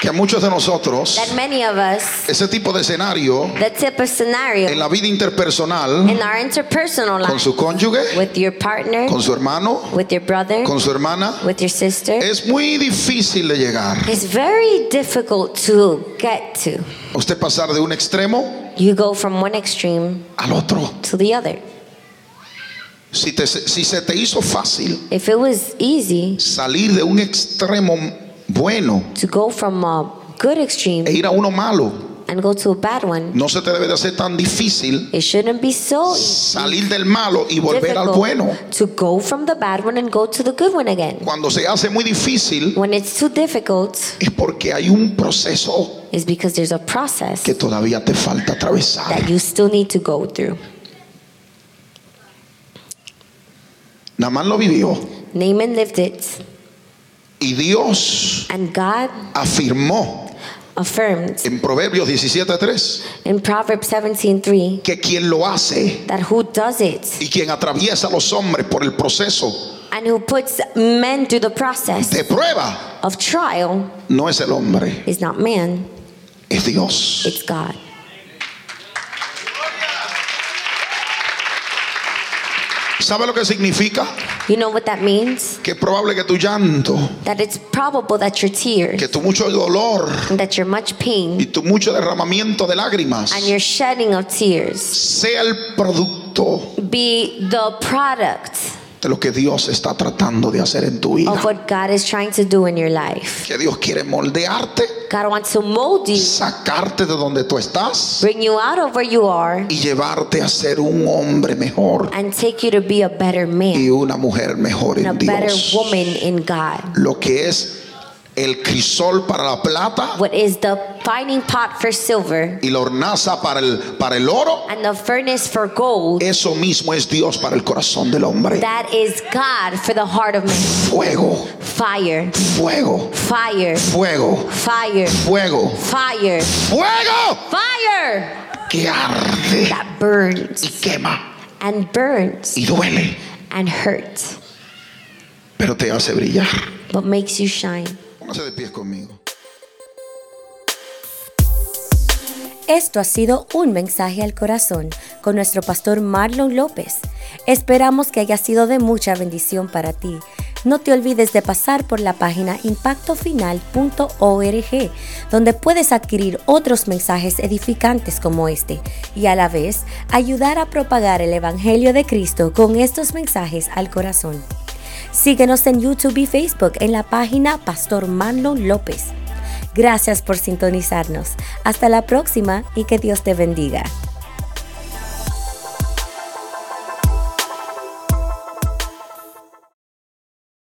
S1: que a muchos de nosotros
S2: that many of us,
S1: ese tipo de escenario
S2: the type of
S1: en
S2: scenario
S1: la vida interpersonal
S2: in our interpersonal
S1: con
S2: life,
S1: su cónyuge,
S2: with your partner,
S1: con su hermano,
S2: with your brother,
S1: con su hermana,
S2: with your sister,
S1: es muy difícil de llegar.
S2: it's very difficult to get to.
S1: Usted pasar de un extremo
S2: You go from one extreme
S1: al otro.
S2: to the other.
S1: Si, te- si se te hizo fácil
S2: If it was easy
S1: salir de un extremo bueno
S2: to go from a good extreme
S1: e ir a uno malo,
S2: and go to a bad one,
S1: no se te debe de hacer tan difícil
S2: it shouldn't be so
S1: salir del malo y volver al bueno.
S2: difficult to go from the bad one and go to the good one again.
S1: Cuando se hace muy difícil
S2: When it's too difficult,
S1: es porque hay un proceso
S2: it's because there's a process
S1: que todavía te falta
S2: that
S1: atravesar.
S2: you still need to go through.
S1: Namán lo vivió
S2: Naaman lived it,
S1: y Dios
S2: and God
S1: afirmó
S2: affirmed
S1: en Proverbios 17:3
S2: in Proverbs 17:3
S1: que quien lo hace
S2: that who does it
S1: y quien atraviesa a los hombres por el proceso
S2: and who puts men through the process
S1: de prueba
S2: of trial
S1: no es el hombre,
S2: is not man,
S1: es Dios.
S2: it's God.
S1: ¿Sabe lo que significa?
S2: You know what that means?
S1: Que es probable que tu llanto,
S2: That it's probable that your tears,
S1: que tu mucho dolor
S2: and that your much
S1: y
S2: pain,
S1: tu mucho derramamiento de lágrimas
S2: and your shedding of tears
S1: sea el producto
S2: be the product
S1: de lo que Dios está tratando de hacer en tu vida.
S2: of what God is trying to do in your life.
S1: Que Dios quiere moldearte,
S2: God wants to mold you,
S1: sacarte de donde tú estás
S2: bring you out of where you are,
S1: y llevarte a ser un hombre mejor
S2: and take you to be a better man
S1: y una mujer mejor
S2: and a
S1: en
S2: better
S1: Dios.
S2: woman in God.
S1: Lo que es el crisol para la plata
S2: What is the fining pot for silver
S1: y la hornaza para el, para el oro,
S2: and the furnace for gold?
S1: eso mismo es Dios para el corazón del hombre.
S2: That is God for the heart of man.
S1: Fuego,
S2: Fire,
S1: fuego,
S2: fire,
S1: fuego,
S2: fire,
S1: fuego,
S2: fire,
S1: fuego
S2: fire
S1: que arde
S2: that burns
S1: y quema
S2: and burns
S1: y duele,
S2: and hurts,
S1: pero te hace brillar.
S2: but makes you shine.
S1: Póngase de pies conmigo.
S3: Esto ha sido un mensaje al corazón con nuestro pastor Marlon López. Esperamos que haya sido de mucha bendición para ti. No te olvides de pasar por la página impactofinal.org, donde puedes adquirir otros mensajes edificantes como este y a la vez ayudar a propagar el Evangelio de Cristo con estos mensajes al corazón. Síguenos en YouTube y Facebook en la página Pastor Marlon López. Gracias por sintonizarnos. Hasta la próxima y que Dios te bendiga.